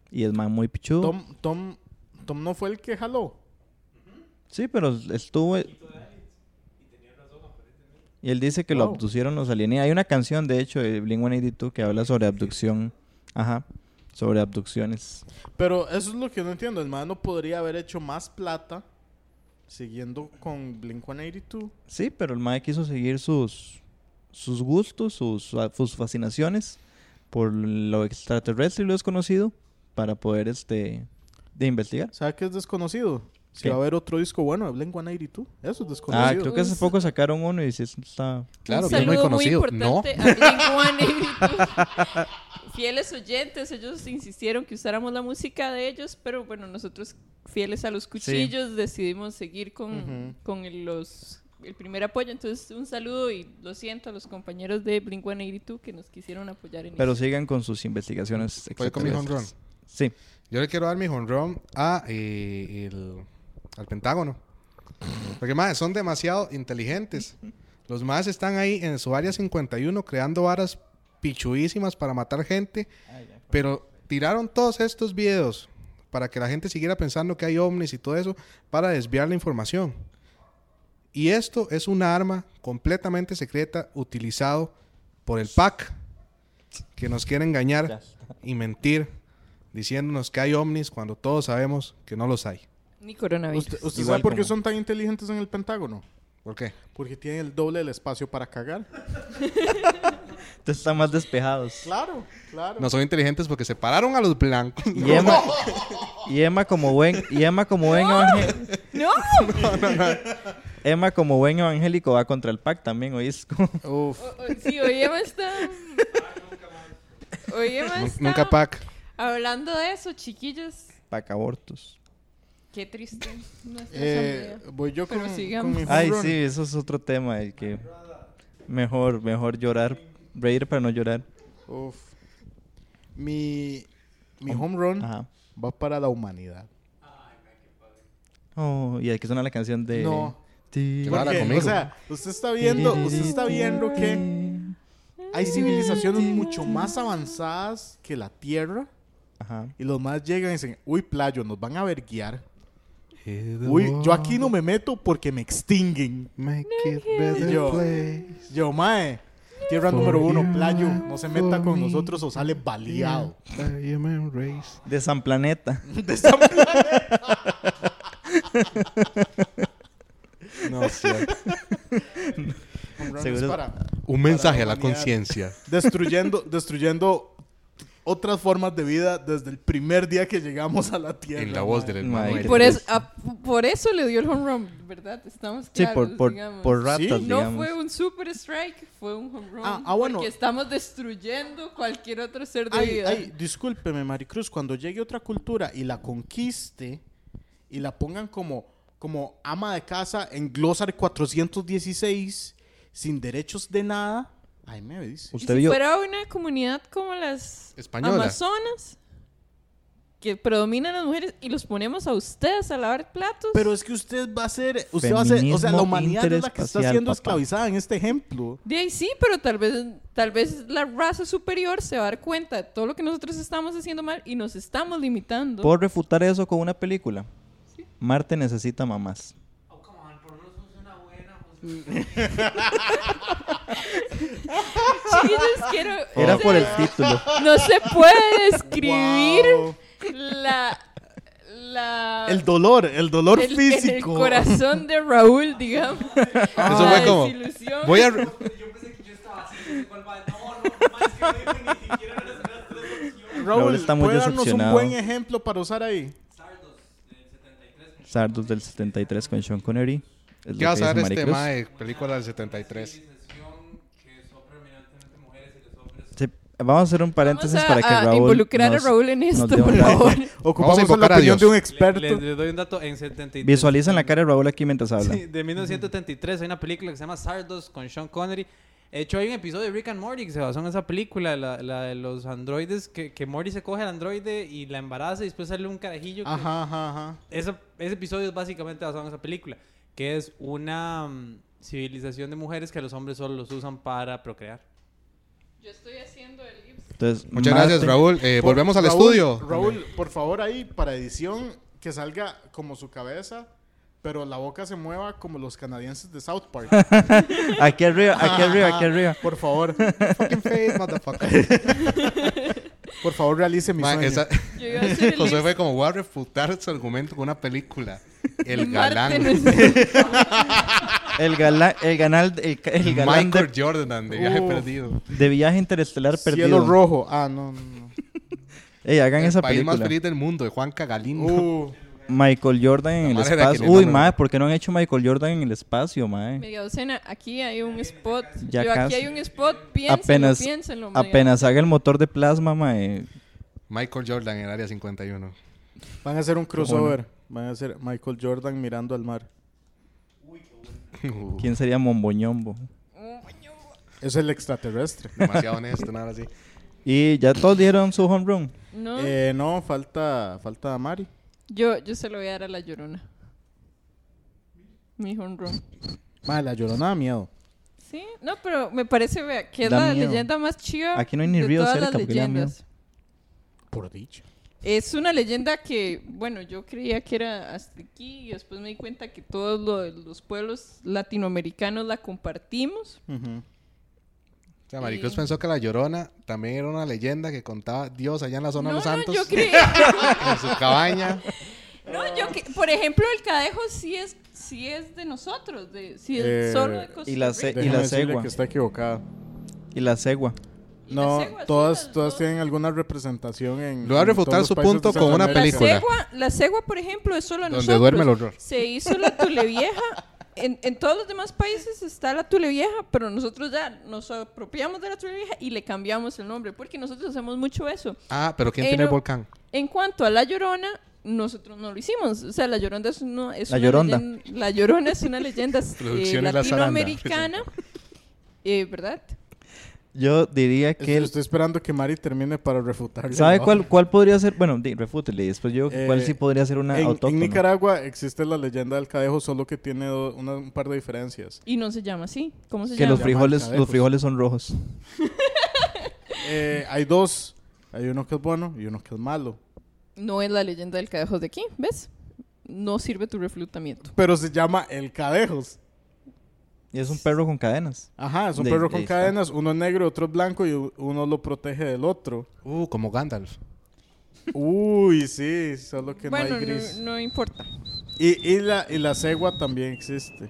Speaker 1: Y es mae muy pichudo.
Speaker 4: Tom, Tom, Tom no fue el que jaló.
Speaker 1: Sí, pero estuvo... e- Y él dice que lo
Speaker 4: Wow.
Speaker 1: abducieron los alienígenas. Hay una canción, de hecho, de Blink-182 que habla sobre abducción. Ajá, sobre abducciones.
Speaker 4: Pero eso es lo que no entiendo. El man no podría haber hecho más plata siguiendo con Blink-182.
Speaker 1: Sí, pero el mae quiso seguir sus, sus gustos, sus, sus fascinaciones por lo extraterrestre y lo desconocido para poder este de investigar.
Speaker 4: ¿Sabe qué es desconocido? Si
Speaker 1: ¿Qué?
Speaker 4: va a haber otro disco bueno de Blink-182. Eso es
Speaker 1: Ah,
Speaker 4: desconocido.
Speaker 1: creo que hace poco sacaron uno y sí está...
Speaker 2: Claro,
Speaker 3: Un
Speaker 2: que es muy
Speaker 3: saludo
Speaker 2: conocido. No.
Speaker 3: importante a Blink-182. [LAUGHS] Fieles oyentes, ellos insistieron que usáramos la música de ellos, pero bueno, nosotros fieles a los cuchillos decidimos seguir con,
Speaker 4: Ujú.
Speaker 3: con el- los el primer apoyo. Entonces, un saludo y lo siento a los compañeros de Blink-182 que nos quisieron apoyar en
Speaker 1: Pero
Speaker 3: eso.
Speaker 1: sigan con sus investigaciones
Speaker 2: Fue con mi home run.
Speaker 1: extraterrestres. Sí.
Speaker 2: Yo le quiero dar mi honrón a eh, el- al Pentágono. Porque más son demasiado inteligentes. Los más están ahí en su área 51 creando varas pichuísimas para matar gente. Pero tiraron todos estos videos para que la gente siguiera pensando que hay ovnis y todo eso para desviar la información. Y esto es un arma completamente secreta utilizado por el PAC que nos quiere engañar y mentir diciéndonos que hay ovnis cuando todos sabemos que no los hay.
Speaker 3: Ni coronavirus.
Speaker 4: ¿Usted, usted
Speaker 1: Igual
Speaker 4: sabe por qué
Speaker 1: como-
Speaker 4: son tan inteligentes en el Pentágono?
Speaker 2: ¿Por qué?
Speaker 4: Porque tienen el doble del espacio para cagar.
Speaker 1: Entonces están más despejados.
Speaker 4: Claro, claro.
Speaker 2: No son inteligentes porque separaron a los blancos.
Speaker 1: Y Emma, y Emma como buen, y Emma como buen evangélico,
Speaker 3: ¡No!
Speaker 1: Emma como buen evangélico va contra el PAC también, oís como [LAUGHS]
Speaker 4: Uf.
Speaker 3: O- o- sí, hoy Emma está... Hoy Emma
Speaker 2: Nun-
Speaker 3: está
Speaker 2: Nunca pack.
Speaker 3: hablando de eso, chiquillos.
Speaker 1: PAC abortos.
Speaker 3: Qué triste nuestra
Speaker 4: Eh,
Speaker 3: asamblea.
Speaker 4: voy yo con,
Speaker 3: Pero sigamos.
Speaker 4: con mi
Speaker 1: Ay,
Speaker 4: jonrón.
Speaker 1: sí, eso es otro tema, el que mejor, mejor llorar, reír para no llorar.
Speaker 4: Uf. Mi, mi home run
Speaker 1: Ajá.
Speaker 4: va para la humanidad.
Speaker 1: Oh, y hay que sonar la canción de
Speaker 4: No.
Speaker 1: Ti-
Speaker 2: Que vara
Speaker 4: Porque,
Speaker 2: conmigo.
Speaker 4: O sea, usted está viendo, usted está viendo que hay civilizaciones mucho más avanzadas que la Tierra.
Speaker 1: Ajá.
Speaker 4: Y los más llegan y dicen, uy, playo, nos van a verguiar. Uy, yo aquí no me meto porque me extinguen.
Speaker 2: Make it
Speaker 4: Y yo-
Speaker 2: place.
Speaker 4: Yo, mae, tierra número uno,
Speaker 2: you,
Speaker 4: playo, no se meta
Speaker 2: for
Speaker 4: con
Speaker 2: me.
Speaker 4: nosotros o sale baleado.
Speaker 2: The human race.
Speaker 1: De San Planeta.
Speaker 2: No, es cierto.
Speaker 4: Home run
Speaker 1: Seguro-
Speaker 4: es para-
Speaker 2: Un mensaje a la
Speaker 4: humanidad.
Speaker 2: conciencia.
Speaker 4: destruyendo, destruyendo otras formas de vida desde el primer día que llegamos a la tierra.
Speaker 2: En la voz
Speaker 4: mae.
Speaker 2: del hermano.
Speaker 1: Mike.
Speaker 2: Eric.
Speaker 3: Por eso, ah, por eso le dio el home run, ¿verdad? Estamos
Speaker 1: Sí,
Speaker 3: claros,
Speaker 1: por, por,
Speaker 3: digamos.
Speaker 1: por ratas,
Speaker 4: Sí,
Speaker 1: digamos.
Speaker 3: No fue un super strike, fue un home run.
Speaker 4: Ah, ah, bueno.
Speaker 3: Porque estamos destruyendo cualquier otro ser de
Speaker 4: Ay,
Speaker 3: vida.
Speaker 4: ay, discúlpeme, Maricruz, cuando llegue otra cultura y la conquiste y la pongan como, como ama de casa en Glossar 416, sin derechos de nada, ay, me dice.
Speaker 3: Y
Speaker 1: Usted
Speaker 3: si
Speaker 1: vio-
Speaker 3: fuera una comunidad como las
Speaker 2: Española.
Speaker 3: amazonas, que predominan las mujeres y los ponemos a ustedes a lavar platos.
Speaker 4: Pero es que usted va a ser, usted va a ser, o sea,
Speaker 1: Feminismo
Speaker 4: la humanidad es la que está
Speaker 1: interespacial,
Speaker 4: siendo
Speaker 1: papá.
Speaker 4: esclavizada en este ejemplo.
Speaker 3: De ahí sí, pero tal vez, tal vez la raza superior se va a dar cuenta de todo lo que nosotros estamos haciendo mal y nos estamos limitando.
Speaker 1: ¿Puedo refutar eso con una película? Marte necesita mamás.
Speaker 5: Oh, come on, por lo menos usa una buena. usa-
Speaker 3: Chiquillos, quiero-
Speaker 2: Oh.
Speaker 1: Era
Speaker 3: no
Speaker 1: por
Speaker 3: se-
Speaker 1: el título.
Speaker 3: No se puede describir
Speaker 4: Wow.
Speaker 3: la, la-
Speaker 4: El dolor, el dolor
Speaker 3: el- en
Speaker 4: físico.
Speaker 3: el corazón de Raúl, digamos. Ah,
Speaker 2: Eso fue como, Voy a. re-
Speaker 5: Yo pensé que yo estaba así, no sé cuál va. No, no, más que no dijo ni siquiera no las las tres
Speaker 4: Raúl,
Speaker 5: opciones.
Speaker 1: Raúl está muy
Speaker 4: ¿puede darnos un
Speaker 1: decepcionado.
Speaker 4: buen ejemplo para usar ahí?
Speaker 5: Sardos del 73.
Speaker 1: Sardos del 73 con Sean Connery. Es lo
Speaker 2: ¿Qué vas
Speaker 1: que
Speaker 2: a ver
Speaker 1: dice
Speaker 2: este
Speaker 1: Maricruz.
Speaker 2: mae de película del 73?
Speaker 5: Civilización que son predominantemente mujeres y los hombres.
Speaker 1: Sí, Vamos a hacer un paréntesis para que Raúl.
Speaker 3: involucrar
Speaker 1: nos-
Speaker 3: a Raúl en
Speaker 1: nos
Speaker 3: esto,
Speaker 1: dé un
Speaker 3: por
Speaker 1: like. [LAUGHS]
Speaker 3: favor.
Speaker 2: Vamos a
Speaker 4: Ocupamos
Speaker 2: invocar
Speaker 4: la
Speaker 2: a
Speaker 4: opinión
Speaker 2: Dios.
Speaker 4: de un
Speaker 5: Le,
Speaker 4: experto.
Speaker 5: le- le doy un dato en 73.
Speaker 1: Visualizan la cara de Raúl aquí mientras habla.
Speaker 5: Sí, de 1973 hay una película que se llama Sardos con Sean Connery. De hecho, hay un episodio de Rick and Morty que se basó en esa película, la, la de los androides, que, que Morty se coge al androide y la embaraza y después sale un carajillo. que-
Speaker 4: Ajá, ajá, ajá.
Speaker 5: Esa- ese episodio es básicamente basado en esa película, que es una mm, civilización de mujeres que los hombres solo los usan para procrear.
Speaker 3: Yo estoy haciendo el
Speaker 1: Entonces,
Speaker 2: Muchas
Speaker 1: Marte-
Speaker 2: gracias, Raúl. Eh,
Speaker 4: Por-
Speaker 2: volvemos al
Speaker 4: Raúl,
Speaker 2: estudio. [LAUGHS]
Speaker 4: Raúl, por favor, ahí para edición, que salga como su cabeza, pero la boca se mueva como los canadienses de South
Speaker 2: [LAUGHS]
Speaker 4: Park.
Speaker 1: Aquí arriba, aquí arriba, aquí arriba.
Speaker 4: Por favor,
Speaker 2: Fucking face, motherfucker.
Speaker 4: por favor, realice mi
Speaker 2: Mae,
Speaker 4: sueño.
Speaker 2: esa-
Speaker 3: Yo iba a hacer el
Speaker 2: José fue como, voy a refutar su argumento con una
Speaker 1: [LAUGHS]
Speaker 2: película. El galán.
Speaker 1: El galán, el ganal, el, ca- el galán
Speaker 2: Michael
Speaker 1: de,
Speaker 2: Jordan, de viaje
Speaker 4: Uf.
Speaker 2: perdido.
Speaker 1: de viaje interestelar
Speaker 4: Cielo
Speaker 1: perdido.
Speaker 4: rojo. Ah, no, no,
Speaker 1: Ey, hagan
Speaker 2: el
Speaker 1: esa
Speaker 2: país
Speaker 1: película.
Speaker 2: más feliz del mundo, de Juan Cagalín. [LAUGHS]
Speaker 4: no. Uh,
Speaker 1: Michael Jordan en el
Speaker 2: madre de
Speaker 1: espacio.
Speaker 2: Aquilino,
Speaker 1: Uy,
Speaker 2: no,
Speaker 1: mae,
Speaker 2: no.
Speaker 1: ¿por qué no han hecho Michael Jordan en el espacio, mae?
Speaker 3: Media docena, aquí hay un spot.
Speaker 1: Ya
Speaker 3: Yo, aquí
Speaker 1: casi.
Speaker 3: hay un spot, piénsenlo,
Speaker 1: Apenas,
Speaker 3: piénsenlo. media
Speaker 1: apenas haga el motor de plasma, mae.
Speaker 2: Michael Jordan en el área 51.
Speaker 4: van a hacer un crossover. Van a hacer Michael Jordan mirando al mar.
Speaker 2: Uh,
Speaker 1: ¿Quién sería Momboñombo?
Speaker 3: docena. Oh, coño.
Speaker 4: Es el extraterrestre.
Speaker 2: demasiado honesto, nada así.
Speaker 1: Y ya todos dieron su home run.
Speaker 3: No,
Speaker 4: Eh, no, falta, falta a Mari.
Speaker 3: yo, yo se lo voy a dar a la llorona. Mi home run.
Speaker 4: Mae, la llorona da miedo.
Speaker 3: Sí, no, pero me parece vea, que es
Speaker 1: Da
Speaker 3: la
Speaker 1: miedo.
Speaker 3: leyenda más chiva.
Speaker 1: Aquí no hay ni
Speaker 3: de
Speaker 1: río
Speaker 3: todas
Speaker 1: cerca,
Speaker 3: las
Speaker 1: porque le da miedo.
Speaker 3: leyendas.
Speaker 4: Por dicho.
Speaker 3: Es una leyenda que, bueno, yo creía que era hasta aquí y después me di cuenta que todos lo- los pueblos latinoamericanos la compartimos.
Speaker 2: O sea, Maricruz
Speaker 3: Y-
Speaker 2: pensó que la llorona también era una leyenda que contaba Dios allá en la zona
Speaker 3: No,
Speaker 2: de los
Speaker 3: no,
Speaker 2: Santos,
Speaker 3: yo
Speaker 2: [LAUGHS]
Speaker 3: creí.
Speaker 2: en
Speaker 1: [LAUGHS]
Speaker 2: su cabaña.
Speaker 3: No, yo que, por ejemplo, el cadejo sí es, sí es de nosotros, de, sí es
Speaker 4: Eh,
Speaker 3: solo de Costa
Speaker 1: y la se-
Speaker 3: Rica.
Speaker 1: la
Speaker 4: Déjame decirle
Speaker 1: cegua.
Speaker 4: que está equivocada.
Speaker 1: Y la cegua.
Speaker 3: Y la
Speaker 4: No,
Speaker 3: cegua, sí,
Speaker 4: todas,
Speaker 3: las
Speaker 4: todas
Speaker 3: dos.
Speaker 4: tienen alguna representación en.
Speaker 2: Lo voy a
Speaker 4: en
Speaker 2: refutar
Speaker 4: todos los
Speaker 2: su
Speaker 4: países
Speaker 2: punto
Speaker 4: de
Speaker 2: con una
Speaker 3: La
Speaker 4: Centroamérica.
Speaker 2: película.
Speaker 3: cegua, la cegua, por ejemplo, es solo de
Speaker 2: Donde
Speaker 3: nosotros.
Speaker 2: duerme el horror.
Speaker 3: Se hizo la tulevieja. En, en todos los demás países está la tulevieja, pero nosotros ya nos apropiamos de la tulevieja y le cambiamos el nombre, porque nosotros hacemos mucho eso.
Speaker 2: Ah, pero ¿quién
Speaker 3: Eh,
Speaker 2: tiene el
Speaker 3: no.
Speaker 2: volcán?
Speaker 3: En cuanto a la llorona, nosotros no lo hicimos. O sea, la llorona es una, es
Speaker 1: La
Speaker 3: una
Speaker 1: Lloronda.
Speaker 3: leyen- la llorona es una
Speaker 4: [LAUGHS]
Speaker 3: leyenda eh,
Speaker 2: Producciones La Zaranda.
Speaker 3: latinoamericana, eh, ¿verdad?
Speaker 1: Yo diría
Speaker 4: Es
Speaker 1: que...
Speaker 4: que
Speaker 1: el-
Speaker 4: Estoy esperando que Mari termine para refutarle.
Speaker 1: ¿Sabe
Speaker 4: ¿no?
Speaker 1: cuál, cuál podría ser? Bueno, di, refútele y después yo, ¿cuál
Speaker 4: Eh,
Speaker 1: sí podría ser una
Speaker 4: En, en
Speaker 1: autóctona?
Speaker 4: Nicaragua existe la leyenda del cadejo, solo que tiene do- una- un par de diferencias.
Speaker 3: Y no se llama así. ¿Cómo se
Speaker 1: que
Speaker 3: llama?
Speaker 1: los frijoles,
Speaker 4: Cadejos.
Speaker 1: los frijoles son rojos.
Speaker 4: Eh, hay dos. Hay uno que es bueno y uno que es malo.
Speaker 3: No es la leyenda del cadejo de aquí, ¿ves? No sirve tu reflutamiento.
Speaker 4: Pero se llama el cadejos.
Speaker 1: Y es un perro con cadenas.
Speaker 4: Ajá, es un
Speaker 1: De-
Speaker 4: perro
Speaker 1: de
Speaker 4: con
Speaker 1: esta.
Speaker 4: cadenas. Uno es negro, otro es blanco y u- uno lo protege del otro.
Speaker 2: Uh, como Gandalf.
Speaker 4: Uy, sí, solo que no
Speaker 3: bueno,
Speaker 4: hay gris.
Speaker 3: no, no importa.
Speaker 4: Y, y la, y la cegua también existe.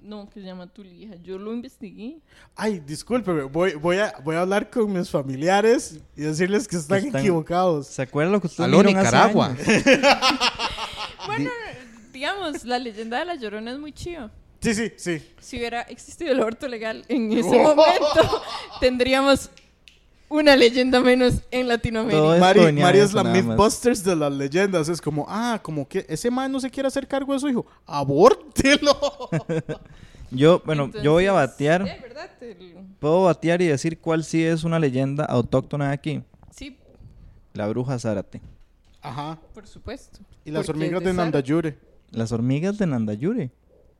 Speaker 3: No, que se llama tulija. Yo lo investigué.
Speaker 4: Ay, discúlpeme, voy, voy, a, voy a hablar con mis familiares y decirles que están,
Speaker 1: Están-
Speaker 4: equivocados.
Speaker 1: ¿Se acuerdan lo que ustedes
Speaker 2: Aló,
Speaker 1: vieron hace
Speaker 2: Nicaragua.
Speaker 1: años?
Speaker 3: Bueno, digamos, la leyenda de la llorona es muy chiva.
Speaker 4: Sí, sí, sí.
Speaker 3: Si hubiera existido el aborto legal
Speaker 1: [LAUGHS]
Speaker 3: en ese momento, tendríamos una leyenda menos en
Speaker 1: Todo
Speaker 3: Latinoamérica.
Speaker 1: es-
Speaker 4: Mari,
Speaker 1: colonial
Speaker 4: Mari es
Speaker 1: eso,
Speaker 4: la
Speaker 1: nada más.
Speaker 4: Mythbusters de las leyendas. Es como, ah, como que ese man no se quiere hacer cargo de su hijo. ¡Abórtelo!
Speaker 1: [LAUGHS] Yo, bueno, yo voy a batear.
Speaker 3: Sí, ¿verdad? El-
Speaker 1: Puedo batear y decir cuál sí es una leyenda autóctona de aquí.
Speaker 3: sí,
Speaker 1: La bruja Zárate.
Speaker 4: Ajá.
Speaker 3: por supuesto.
Speaker 4: Y las
Speaker 3: Porque
Speaker 4: hormigas
Speaker 3: es
Speaker 4: de
Speaker 3: Sara.
Speaker 4: Nandayure.
Speaker 1: Las hormigas de Nandayure.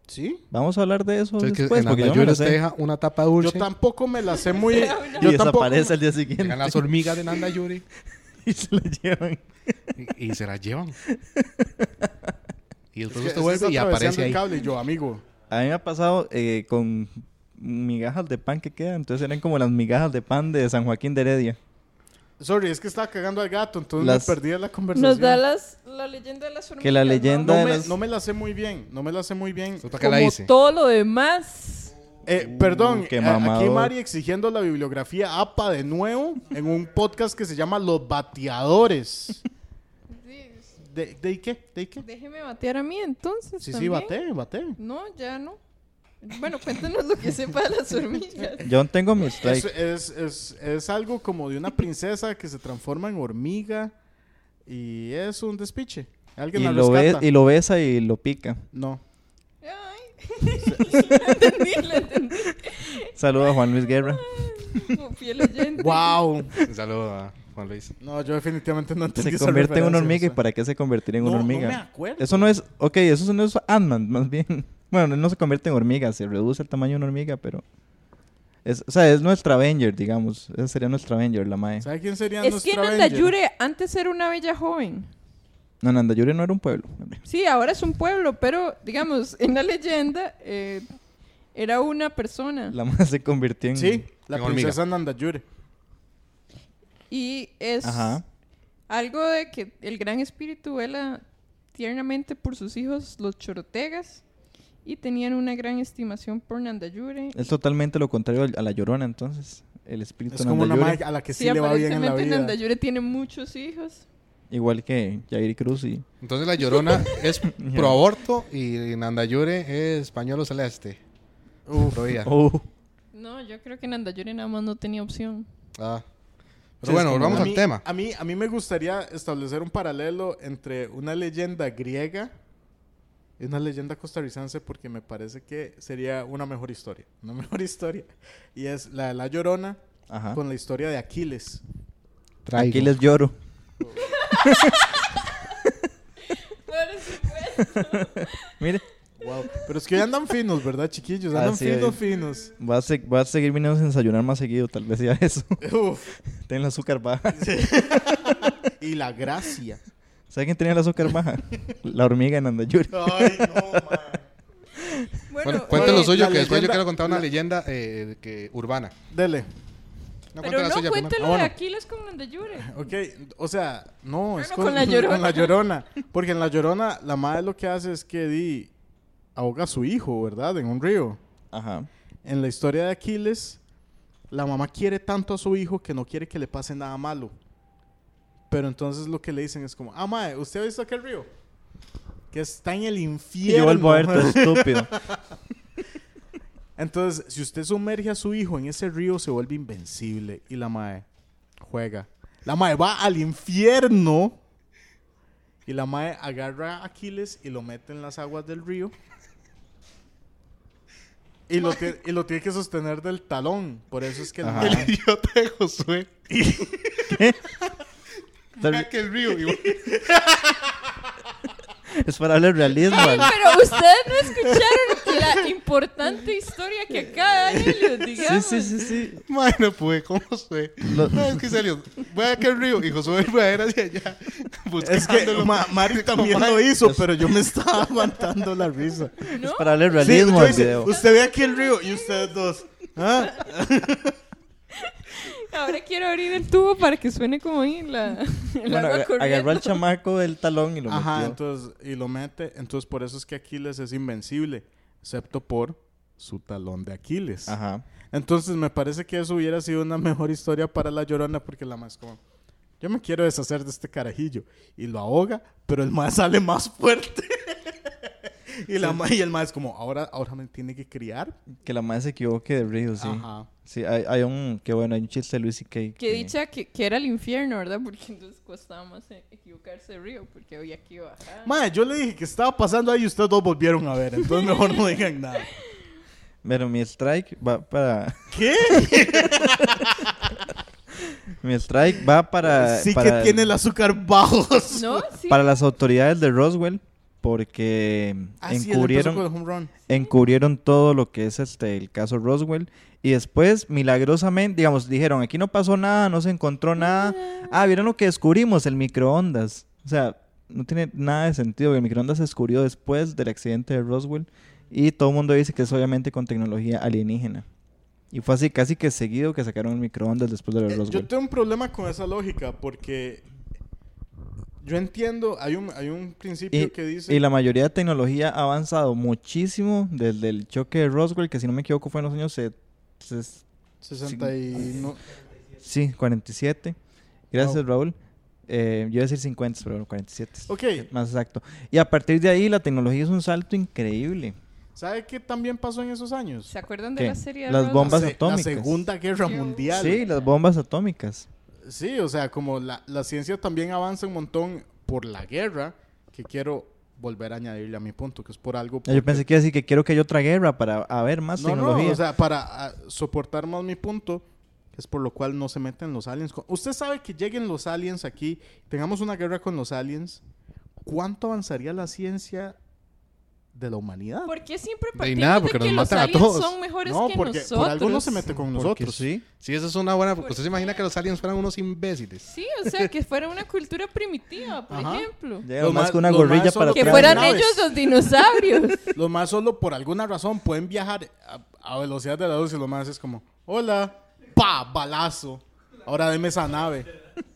Speaker 4: ¿Sí?
Speaker 1: Vamos a hablar de eso
Speaker 2: Entonces, que
Speaker 1: después,
Speaker 2: en
Speaker 1: porque yo no me
Speaker 2: Andayura
Speaker 1: la
Speaker 2: te
Speaker 1: sé.
Speaker 2: deja una tapa
Speaker 4: Yo
Speaker 2: dulce.
Speaker 4: tampoco me la
Speaker 3: [LAUGHS]
Speaker 4: sé muy...
Speaker 1: Y
Speaker 4: yo tampoco...
Speaker 1: desaparece al día siguiente.
Speaker 2: Llegan las hormigas de Nanda Yuri
Speaker 1: [LAUGHS] y se la llevan.
Speaker 2: y, y se las llevan. Y
Speaker 4: Es que
Speaker 2: después usted
Speaker 4: es
Speaker 2: vuelve
Speaker 4: esa
Speaker 2: y
Speaker 4: atravesando
Speaker 2: aparece
Speaker 4: el
Speaker 2: ahí.
Speaker 4: cable y yo, amigo.
Speaker 1: A mí me ha pasado eh, con migajas de pan que quedan. Entonces eran como las migajas de pan de San Joaquín de Heredia.
Speaker 4: Sorry, es que estaba cagando al gato, entonces
Speaker 1: Las-
Speaker 4: me perdí de la conversación.
Speaker 3: Nos da las, la leyenda de las hormigas.
Speaker 1: Que la
Speaker 3: ¿no?
Speaker 1: leyenda
Speaker 4: No
Speaker 1: de
Speaker 4: me,
Speaker 1: las...
Speaker 4: no me la sé muy bien, no me la sé muy bien.
Speaker 2: ¿Usted para qué
Speaker 3: Como
Speaker 2: la hice?
Speaker 3: todo lo demás.
Speaker 4: Eh, perdón,
Speaker 1: Uh, qué
Speaker 4: eh, aquí
Speaker 1: mamador.
Speaker 4: Mari exigiendo la bibliografía APA de nuevo en un podcast que se llama Los Bateadores. ¿De, de qué? ¿De qué?
Speaker 3: Déjeme batear a mí entonces.
Speaker 4: Sí, sí,
Speaker 3: también.
Speaker 4: bate, bate.
Speaker 3: No, ya no. Bueno, cuéntanos lo que sepa de las hormigas.
Speaker 1: Yo tengo mi
Speaker 4: Es,
Speaker 1: strike.
Speaker 4: es- es- es algo como de una princesa que se transforma en hormiga y es un despiche. Alguien
Speaker 1: Y
Speaker 4: la
Speaker 1: lo, ve,
Speaker 4: rescata.
Speaker 1: y lo besa y lo pica.
Speaker 4: No.
Speaker 3: Ay. lo entendí, lo entendí.
Speaker 1: Saludos a Juan Luis Guerra.
Speaker 4: Ah,
Speaker 3: Como fiel oyente.
Speaker 4: ¡Wow!
Speaker 2: Un saludo a Juan Luis.
Speaker 4: No, yo definitivamente no entendí
Speaker 1: Se
Speaker 4: esa
Speaker 1: convierte en una
Speaker 4: referencia,
Speaker 1: hormiga.
Speaker 4: o
Speaker 1: ¿Y
Speaker 4: sea.
Speaker 1: para qué se convertiría en una
Speaker 4: No, no
Speaker 1: hormiga?
Speaker 4: me acuerdo.
Speaker 1: Eso no es... Ok, eso no es Ant-Man, más bien. [LAUGHS] Bueno, no se convierte en hormiga. Se reduce el tamaño de una hormiga, pero... Es, o sea, es nuestra Avenger, digamos. Esa sería nuestra Avenger, la mae.
Speaker 4: ¿Sabe quién sería
Speaker 3: Es
Speaker 4: nuestra
Speaker 3: que
Speaker 4: Avenger?
Speaker 3: Nandayure antes era una bella joven.
Speaker 1: No, Nandayure no era un pueblo. [LAUGHS]
Speaker 3: Sí, ahora es un pueblo, pero digamos, en la leyenda eh, era una persona.
Speaker 1: La mae se convirtió en...
Speaker 4: Sí, la
Speaker 2: En hormiga.
Speaker 4: princesa Nandayure.
Speaker 3: Y es
Speaker 1: Ajá.
Speaker 3: algo de que el gran espíritu vela tiernamente por sus hijos, los chorotegas, y tenían una gran estimación por Nandayure.
Speaker 1: Es totalmente lo contrario al- a la llorona, entonces. El espíritu
Speaker 4: Es como una
Speaker 1: Nandayure,
Speaker 4: madre a la que sí,
Speaker 3: Sí,
Speaker 4: le va bien en la
Speaker 3: aparentemente
Speaker 4: vida.
Speaker 3: Nandayure tiene muchos hijos.
Speaker 1: Igual que Jair Cruz y...
Speaker 2: Entonces la llorona es pro aborto y Nandayure es pañuelo celeste. Uf.
Speaker 1: Oh.
Speaker 3: No, yo creo que Nandayure nada más no tenía opción.
Speaker 2: Ah.
Speaker 1: Sí,
Speaker 2: Pero
Speaker 1: es
Speaker 2: bueno,
Speaker 1: como-
Speaker 2: volvamos
Speaker 4: A
Speaker 2: al
Speaker 4: mí-
Speaker 2: tema.
Speaker 4: A mí, a mí me gustaría establecer un paralelo entre una leyenda griega y una leyenda costarricense porque me parece que sería una mejor historia. Una [LAUGHS] mejor historia. Y es la de La Llorona
Speaker 1: Ajá.
Speaker 4: con la historia de Aquiles.
Speaker 2: Traigo.
Speaker 1: Aquí les lloro. Mire,
Speaker 4: Wow. Pero es que hoy andan finos, ¿verdad, chiquillos? Andan
Speaker 1: Así
Speaker 4: finos,
Speaker 1: es. [LAUGHS]
Speaker 4: finos.
Speaker 1: va a, se- va a seguir viniendo a desayunar más seguido, tal vez ya eso.
Speaker 4: Uf.
Speaker 1: Ten el azúcar baja. [LAUGHS]
Speaker 4: Y la gracia.
Speaker 1: ¿Saben quién tenía el azúcar baja? La hormiga en Andayuri.
Speaker 4: Ay, no, man.
Speaker 3: Bueno,
Speaker 2: Bueno, cuente lo
Speaker 3: eh,
Speaker 2: suyo,
Speaker 4: la
Speaker 2: que después yo
Speaker 4: leyenda-
Speaker 2: quiero contar una
Speaker 4: la-
Speaker 2: leyenda eh, que, urbana.
Speaker 4: Dele.
Speaker 2: No, cuente
Speaker 3: Pero
Speaker 2: la
Speaker 3: no,
Speaker 2: suya primero.
Speaker 3: cuéntelo
Speaker 4: Ah, bueno.
Speaker 3: de Aquiles con la Yure.
Speaker 4: [LAUGHS] Ok, o sea, no, es
Speaker 3: no,
Speaker 4: [LAUGHS] con,
Speaker 3: con la Llorona.
Speaker 4: con la llorona. Porque en la llorona, la madre lo que hace es que di, ahoga a su hijo, ¿verdad? En un río.
Speaker 1: Ajá.
Speaker 4: En la historia de Aquiles, la mamá quiere tanto a su hijo que no quiere que le pase nada malo. Pero entonces lo que le dicen es como, ah, madre, ¿usted ha visto aquel río? Que está en el
Speaker 1: Y
Speaker 4: infierno.
Speaker 1: yo vuelvo a ver
Speaker 4: [LAUGHS]
Speaker 1: todo estúpido.
Speaker 4: Entonces, si usted sumerge a su hijo en ese río, se vuelve invencible. Y la mae juega. La mae va al infierno. Y la mae agarra a Aquiles y lo mete en las aguas del río. Y lo, tie- y lo tiene que sostener del talón. Por eso es que el
Speaker 1: Ajá.
Speaker 4: mae-
Speaker 1: [LAUGHS]
Speaker 2: El idiota de [LAUGHS] Josué.
Speaker 1: Tal-
Speaker 2: que el río. y-
Speaker 1: es para darle realismo.
Speaker 3: Ay,
Speaker 1: al-
Speaker 3: pero ustedes no escucharon la importante historia que acaba de les
Speaker 1: Sí,
Speaker 3: digamos.
Speaker 1: sí, sí, sí.
Speaker 2: Madre, no pude, pues, ¿cómo fue?
Speaker 1: Lo-
Speaker 2: No, es que salió. Voy a aquel río y Josué va a ir hacia allá.
Speaker 4: Es que
Speaker 2: buscándolo.
Speaker 4: ma- Mari también lo hizo, pero yo me estaba [LAUGHS] aguantando la risa.
Speaker 3: ¿No?
Speaker 1: Para darle
Speaker 4: Sí,
Speaker 1: realismo
Speaker 4: yo
Speaker 1: al
Speaker 4: hice,
Speaker 1: video.
Speaker 4: usted ve aquí el río y ustedes dos. ¿ah?
Speaker 3: Ahora quiero abrir el tubo para que suene como ahí la, [LAUGHS] el
Speaker 1: Bueno,
Speaker 3: agua
Speaker 1: aga-
Speaker 3: corriendo.
Speaker 1: agarró al chamaco del talón y lo
Speaker 4: Ajá,
Speaker 1: metió.
Speaker 4: entonces, y lo mete. Entonces, por eso es que Aquiles es invencible, excepto por su talón de Aquiles.
Speaker 1: Ajá.
Speaker 4: Entonces, me parece que eso hubiera sido una mejor historia para la llorona, porque la más como, yo me quiero deshacer de este carajillo. Y lo ahoga, pero el más [LAUGHS] sale más fuerte. [LAUGHS] y, la ma- y el más como, ahora, ahora me tiene que criar.
Speaker 1: Que la madre se equivoque de río, sí.
Speaker 4: Ajá.
Speaker 1: Sí, hay, hay un... Que bueno, hay un chiste de Luis y Kay.
Speaker 3: Que dicha que, que era el infierno, ¿verdad? Porque entonces costaba más eh, equivocarse de río, porque hoy aquí bajar.
Speaker 4: Madre, yo le dije que estaba pasando ahí y ustedes dos volvieron a ver. Entonces, mejor no digan nada.
Speaker 1: Pero mi strike va para...
Speaker 4: [LAUGHS] ¿Qué?
Speaker 1: [LAUGHS] Mi strike va [LAUGHS] para...
Speaker 4: sí
Speaker 1: para-
Speaker 4: que tiene el azúcar
Speaker 1: [LAUGHS]
Speaker 4: bajo.
Speaker 3: ¿No? Sí.
Speaker 1: Para las autoridades de Roswell. Porque
Speaker 4: Ah, sí, él empezó
Speaker 1: encubrieron...
Speaker 4: con el home run.
Speaker 1: encubrieron todo lo que es este el caso Roswell y después milagrosamente digamos dijeron aquí no pasó nada no se encontró nada
Speaker 4: Mm.
Speaker 1: ah vieron lo que descubrimos el microondas o sea no tiene nada de sentido que el microondas se descubrió después del accidente de Roswell y todo el mundo dice que es obviamente con tecnología alienígena y fue así casi que seguido que sacaron el microondas después de lo de
Speaker 4: Eh,
Speaker 1: Roswell
Speaker 4: Yo tengo un problema con esa lógica porque yo entiendo, hay un, hay un principio
Speaker 1: y,
Speaker 4: que dice...
Speaker 1: y la mayoría de tecnología ha avanzado muchísimo desde el choque de Roswell que si no me equivoco fue en los años se- se-
Speaker 4: 60 y no-
Speaker 1: Sí, 47. Gracias, Raúl. Eh, yo iba a decir 50, pero 47 es
Speaker 4: Ok,
Speaker 1: más exacto. Y a partir de ahí, la tecnología es un salto increíble.
Speaker 4: ¿sabe qué también pasó en esos años?
Speaker 3: ¿Se acuerdan
Speaker 1: ¿Qué?
Speaker 3: de la serie de
Speaker 1: Las
Speaker 4: La
Speaker 1: bombas
Speaker 4: se-
Speaker 1: atómicas.
Speaker 4: La Segunda Guerra
Speaker 3: Yo-
Speaker 4: Mundial.
Speaker 1: Sí, las bombas atómicas.
Speaker 4: Sí, o sea, como la, la ciencia también avanza un montón por la guerra, que quiero volver a añadirle a mi punto, que es por algo...
Speaker 1: Ah, Yo pensé que iba a decir que quiero que haya otra guerra para haber más
Speaker 4: No, no,
Speaker 1: Ah, tecnología.
Speaker 4: o sea, para ah, soportar más mi punto, es por lo cual no se meten los aliens. Co- Usted sabe que lleguen los aliens aquí, tengamos una guerra con los aliens, ¿cuánto avanzaría la ciencia de la humanidad?
Speaker 3: ¿Por qué siempre
Speaker 2: De
Speaker 3: partimos
Speaker 2: nada,
Speaker 3: de
Speaker 2: porque
Speaker 3: que
Speaker 2: nos
Speaker 3: los
Speaker 2: matan a
Speaker 3: aliens
Speaker 2: todos.
Speaker 3: son mejores
Speaker 4: no,
Speaker 3: que
Speaker 4: porque
Speaker 3: nosotros?
Speaker 4: por algo no se mete con
Speaker 1: Porque
Speaker 4: nosotros.
Speaker 1: sí.
Speaker 2: Sí, eso es una buena. ¿Usted se imagina que los aliens fueran unos imbéciles?
Speaker 3: Sí, o sea, que fuera una cultura primitiva, por
Speaker 4: Ajá.
Speaker 3: ejemplo.
Speaker 1: Llega
Speaker 4: Los
Speaker 1: más
Speaker 4: ma-
Speaker 1: que una
Speaker 4: los
Speaker 1: gorrilla
Speaker 4: más solo
Speaker 1: para
Speaker 3: Que
Speaker 1: atrás.
Speaker 3: fueran
Speaker 4: naves.
Speaker 3: ellos los dinosaurios.
Speaker 4: [LAUGHS] Los más solo por alguna razón pueden viajar a, a velocidad de la luz y los más es como, hola, pa, balazo. Ahora deme esa nave.
Speaker 1: [LAUGHS]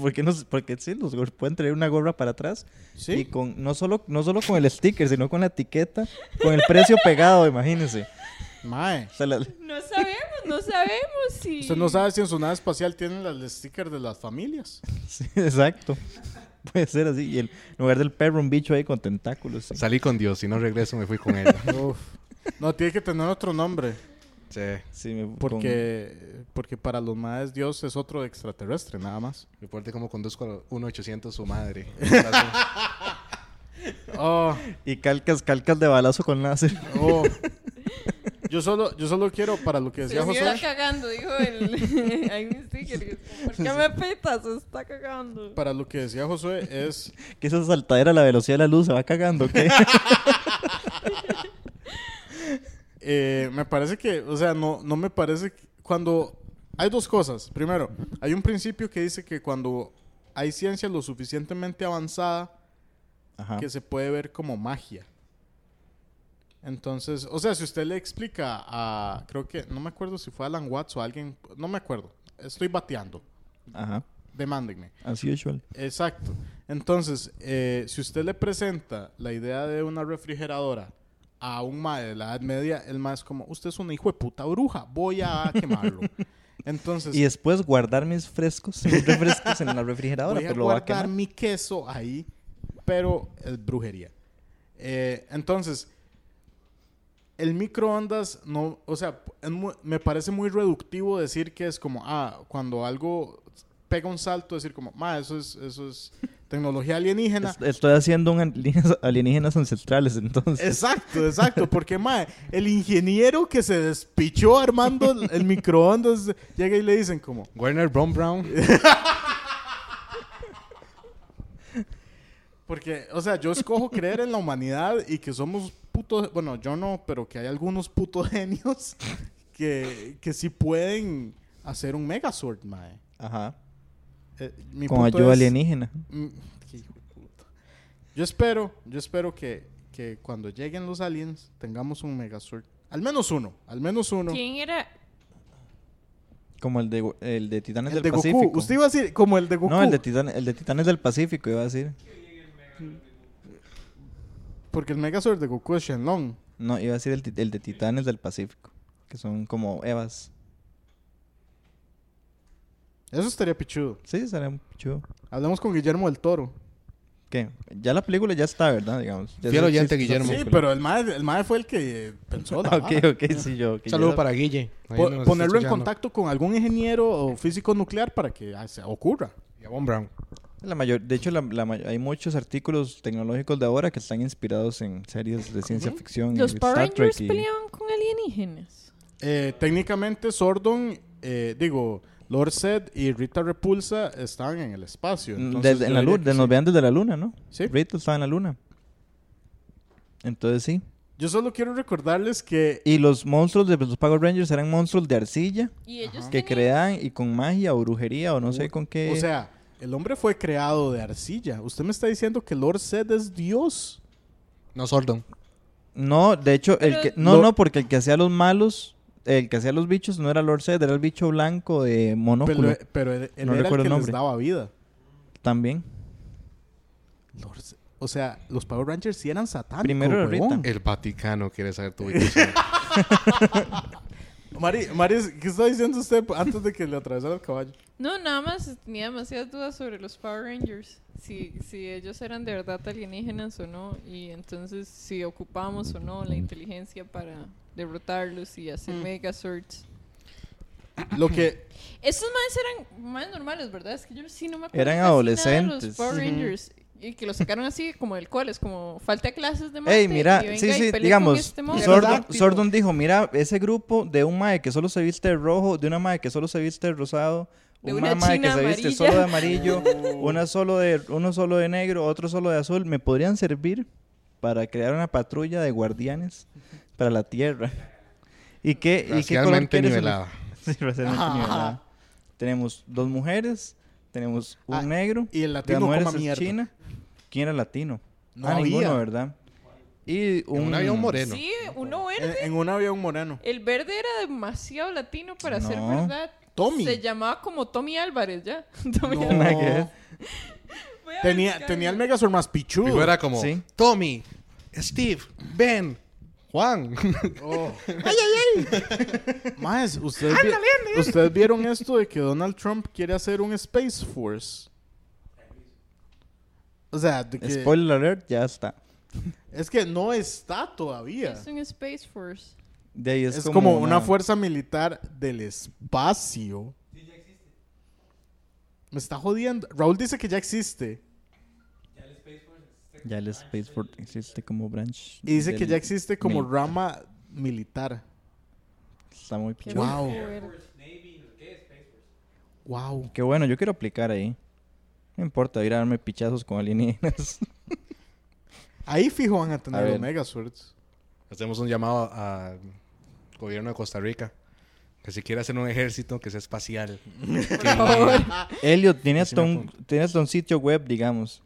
Speaker 1: porque, nos, porque sí, los gor- pueden traer una gorra para atrás.
Speaker 4: Sí.
Speaker 1: Y con, no, solo, no solo con el sticker, sino con la etiqueta, con el precio pegado, [LAUGHS] imagínense.
Speaker 4: Mae.
Speaker 1: O sea, la- [LAUGHS]
Speaker 3: No sabemos, no sabemos si...
Speaker 4: Usted no sabe si en su nave espacial tienen el sticker de las familias.
Speaker 1: Sí, exacto. Puede ser así. Y el, en lugar del perro, un bicho ahí con tentáculos. sí.
Speaker 2: Salí con Dios, si no regreso me fui con él.
Speaker 4: Uf. No, tiene que tener otro nombre.
Speaker 2: sí.
Speaker 1: Sí, me- con-
Speaker 4: Porque, porque para los madres Dios es otro extraterrestre, nada más.
Speaker 2: Reporte cómo conduzco a 1800 su madre.
Speaker 4: Oh,
Speaker 1: Y calcas, calcas de balazo con láser. [LAUGHS]
Speaker 4: oh. Yo solo, yo solo quiero, para lo que
Speaker 3: Se
Speaker 4: decía
Speaker 3: está
Speaker 4: José,
Speaker 3: cagando, dijo el... [LAUGHS] Hay un sticker que es como, ¿por qué me petas? Se está cagando.
Speaker 4: para lo que decía José es...
Speaker 1: Que esa saltadera a la velocidad de la luz se va cagando.
Speaker 4: [LAUGHS]
Speaker 1: ¿qué?
Speaker 4: eh, me parece que, o sea, no, no me parece que- cuando hay dos cosas. Primero, hay un principio que dice que cuando hay ciencia lo suficientemente avanzada
Speaker 1: Ajá.
Speaker 4: que se puede ver como magia. Entonces, o sea, si usted le explica a, creo que, no me acuerdo si fue Alan Watts o alguien, no me acuerdo, estoy bateando,
Speaker 1: Ajá.
Speaker 4: demándenme.
Speaker 1: As usual.
Speaker 4: Exacto. Entonces, eh, si usted le presenta la idea de una refrigeradora a un mae de la Edad Media, el mae es como, usted es una hijo de puta bruja,
Speaker 1: [LAUGHS]
Speaker 4: voy a quemarlo. Entonces,
Speaker 1: Y después guardar mis frescos, mis refrescos en la refrigeradora,
Speaker 4: voy a
Speaker 1: pero pues, lo va a
Speaker 4: guardar
Speaker 1: quemar.
Speaker 4: mi queso ahí, pero es brujería. Eh, entonces, el microondas no, o sea, es mu- me parece muy reductivo decir que es como, ah, cuando algo pega un salto, decir como, ma, eso es, eso es tecnología alienígena.
Speaker 1: Es- Estoy haciendo un alienígenas, [LAUGHS] alienígenas ancestrales, entonces.
Speaker 4: Exacto, exacto, porque mae, el ingeniero que se despichó armando el, el microondas llega y le dicen como,
Speaker 2: Werner Brown Brown.
Speaker 4: Porque, o sea, yo
Speaker 1: [LAUGHS]
Speaker 4: escojo creer en la humanidad y que somos putos, bueno, yo no, pero que hay algunos putos [LAUGHS] genios que, que sí pueden hacer un Megazord, mae.
Speaker 1: Ajá.
Speaker 4: Eh, mi
Speaker 1: Con
Speaker 4: punto
Speaker 1: ayuda
Speaker 4: es-
Speaker 1: alienígena.
Speaker 4: Mm, qué hijo de puta. Yo espero, yo espero que, que cuando lleguen los aliens tengamos un Megazord. Al menos uno, al menos uno.
Speaker 3: ¿Quién era?
Speaker 1: Como el de, el de Titanes
Speaker 4: El
Speaker 1: del
Speaker 4: de
Speaker 1: Pacífico.
Speaker 4: Goku. Usted iba a decir como el de Goku.
Speaker 1: No, el de, Titan- el de Titanes del Pacífico, iba a decir.
Speaker 4: Porque el Megazord de Goku es Shenlong.
Speaker 1: No, iba a decir el, ti- el de Titanes del Pacífico. Que son como Evas.
Speaker 4: Eso estaría pichudo.
Speaker 1: Sí, será chido.
Speaker 4: Hablamos con Guillermo del Toro.
Speaker 1: ¿Qué? Ya la película ya está, ¿verdad? Digamos. Ya
Speaker 2: Fiel
Speaker 1: sí existe esa
Speaker 2: oyente, Guillermo.
Speaker 4: Sí,
Speaker 1: película.
Speaker 4: pero el mae, el mae fue el que pensó la
Speaker 1: Ah, [LAUGHS] ok,
Speaker 4: vara.
Speaker 1: ok, sí, yo. que
Speaker 2: Saludo
Speaker 1: yo-
Speaker 2: para Guille. Ahí
Speaker 4: Po-
Speaker 2: nos está
Speaker 4: ponerlo en
Speaker 2: escuchando.
Speaker 4: contacto con algún ingeniero o físico nuclear para que ah, se ocurra.
Speaker 2: Y a Von Brown.
Speaker 1: La mayor, de hecho, la, la may- hay muchos artículos tecnológicos de ahora que están inspirados en series de ciencia ficción. y
Speaker 3: ¿Los Power
Speaker 1: Star Trek
Speaker 3: Rangers
Speaker 1: y-
Speaker 3: peleaban con alienígenas?
Speaker 4: Eh, técnicamente, Sordon, eh, digo, Lord Zed y Rita Repulsa estaban en el espacio.
Speaker 1: Mm,
Speaker 4: entonces
Speaker 1: desde-
Speaker 4: yo
Speaker 1: en la
Speaker 4: diría
Speaker 1: luna,
Speaker 4: que
Speaker 1: de- nos
Speaker 4: sí.
Speaker 1: vean desde la luna, ¿no?
Speaker 4: Sí.
Speaker 1: Rita estaba en la luna. Entonces sí.
Speaker 4: Yo solo quiero recordarles que
Speaker 1: Y los monstruos de los Power Rangers eran monstruos de arcilla
Speaker 3: Y ellos
Speaker 1: que
Speaker 3: tenían-
Speaker 1: creaban y con magia o brujería o no sé con qué.
Speaker 4: O sea, el hombre fue creado de arcilla. Usted me está diciendo que Lord Zed es Dios.
Speaker 2: No, Sordon.
Speaker 1: no, de hecho, el
Speaker 3: Pero-
Speaker 1: que, no,
Speaker 4: Lo-
Speaker 1: no, porque el que hacía los malos, el que hacía los bichos no era Lord Zed, era el bicho blanco de monóculo
Speaker 4: Pero, eh, pero él, él
Speaker 1: No
Speaker 4: era el
Speaker 1: recuerdo
Speaker 4: que
Speaker 1: el
Speaker 4: les
Speaker 1: nombre.
Speaker 4: daba vida.
Speaker 1: también.
Speaker 4: Lord Zed- O sea, los Power Rangers sí eran satánicos.
Speaker 1: Primero era
Speaker 4: huevón.
Speaker 1: Rita.
Speaker 2: El Vaticano quiere saber tu ubicación.
Speaker 4: Mari, Mari, ¿qué está diciendo usted antes de que le atravesara el caballo?
Speaker 3: No, nada más tenía demasiadas dudas sobre los Power Rangers. Si, si ellos eran de verdad alienígenas o no. Y entonces si ocupamos o no la inteligencia para derrotarlos y hacer Megazords.
Speaker 4: Lo que
Speaker 3: Estos más eran más normales, ¿verdad? Es que yo sí no me acuerdo.
Speaker 1: Eran
Speaker 3: casi nada de
Speaker 1: adolescentes.
Speaker 3: los Power
Speaker 1: Ujú.
Speaker 3: Rangers. Y que lo sacaron así como del cual, es como falta clases de mate.
Speaker 1: Ey, mira,
Speaker 3: y venga
Speaker 1: sí,
Speaker 3: y
Speaker 1: sí,
Speaker 3: pelee con
Speaker 1: digamos,
Speaker 3: este monstruo.
Speaker 1: Sordon, Sordon dijo, mira, ese grupo de un mae que solo se viste de rojo, de una mae que solo se viste de rosado,
Speaker 3: De
Speaker 1: un
Speaker 3: una
Speaker 1: mae que
Speaker 3: china
Speaker 1: se viste
Speaker 3: amarilla".
Speaker 1: solo de amarillo, una solo de, uno solo de negro, otro solo de azul, ¿me podrían servir para crear una patrulla de guardianes para la Tierra? ¿Y qué, y qué color
Speaker 2: Racialmente
Speaker 1: quieres?
Speaker 2: nivelada.
Speaker 1: [LAUGHS] Sí, racialmente
Speaker 3: [LAUGHS]
Speaker 4: Ajá.
Speaker 1: nivelada. Tenemos dos mujeres, tenemos un
Speaker 4: Ah,
Speaker 1: negro,
Speaker 4: y el
Speaker 1: las
Speaker 4: latino
Speaker 1: mujeres
Speaker 4: coma
Speaker 1: es
Speaker 4: mierda.
Speaker 1: china. ¿Quién era latino?
Speaker 4: No
Speaker 1: ah, ninguno,
Speaker 4: había.
Speaker 1: ¿verdad? Y
Speaker 2: En
Speaker 1: un,
Speaker 2: una había un moreno.
Speaker 3: Sí, uno verde.
Speaker 4: en, en una había
Speaker 3: [LAUGHS]
Speaker 4: un moreno.
Speaker 3: El verde era demasiado latino para ser
Speaker 1: No.
Speaker 3: verdad.
Speaker 4: Tommy.
Speaker 3: Se llamaba como Tommy Álvarez, ¿ya? [LAUGHS] Tommy
Speaker 4: No.
Speaker 3: Álvarez.
Speaker 1: Nada que ver.
Speaker 3: Voy a
Speaker 4: Tenía,
Speaker 3: buscar.
Speaker 4: tenía el Megazord más pichudo.
Speaker 2: Primero era como
Speaker 1: Sí.
Speaker 2: Tommy, Steve, Ben, Juan.
Speaker 4: Más, Oh. ¿ustedes, vi- ustedes vieron esto de que Donald Trump quiere hacer un Space Force. O sea, de que-
Speaker 1: Spoiler alert, ya está.
Speaker 4: es que no está todavía.
Speaker 3: Es un Space Force.
Speaker 1: De ahí es,
Speaker 4: Es, como, una... fuerza militar del espacio. Me está jodiendo. Raúl dice que ya existe.
Speaker 1: Ya el Space Force existe como branch.
Speaker 4: Y dice que
Speaker 1: del-
Speaker 4: ya existe como
Speaker 1: mil-
Speaker 4: rama militar.
Speaker 1: Está muy
Speaker 3: Qué
Speaker 1: pichudo.
Speaker 4: Wow.
Speaker 3: fuerte.
Speaker 4: Wow.
Speaker 1: Qué bueno, yo quiero aplicar ahí. No importa, ir a darme pichazos con
Speaker 4: [LAUGHS]
Speaker 1: alienígenas.
Speaker 4: Ahí fijo van a tener
Speaker 1: A ver.
Speaker 4: los Megazords.
Speaker 2: Hacemos un llamado al gobierno de Costa Rica. Que si quiere hacer un ejército que sea espacial.
Speaker 3: Por favor.
Speaker 1: Elliot, tiene
Speaker 2: Sí, sí
Speaker 1: hasta,
Speaker 2: me
Speaker 1: un, tiene hasta un sitio web, digamos.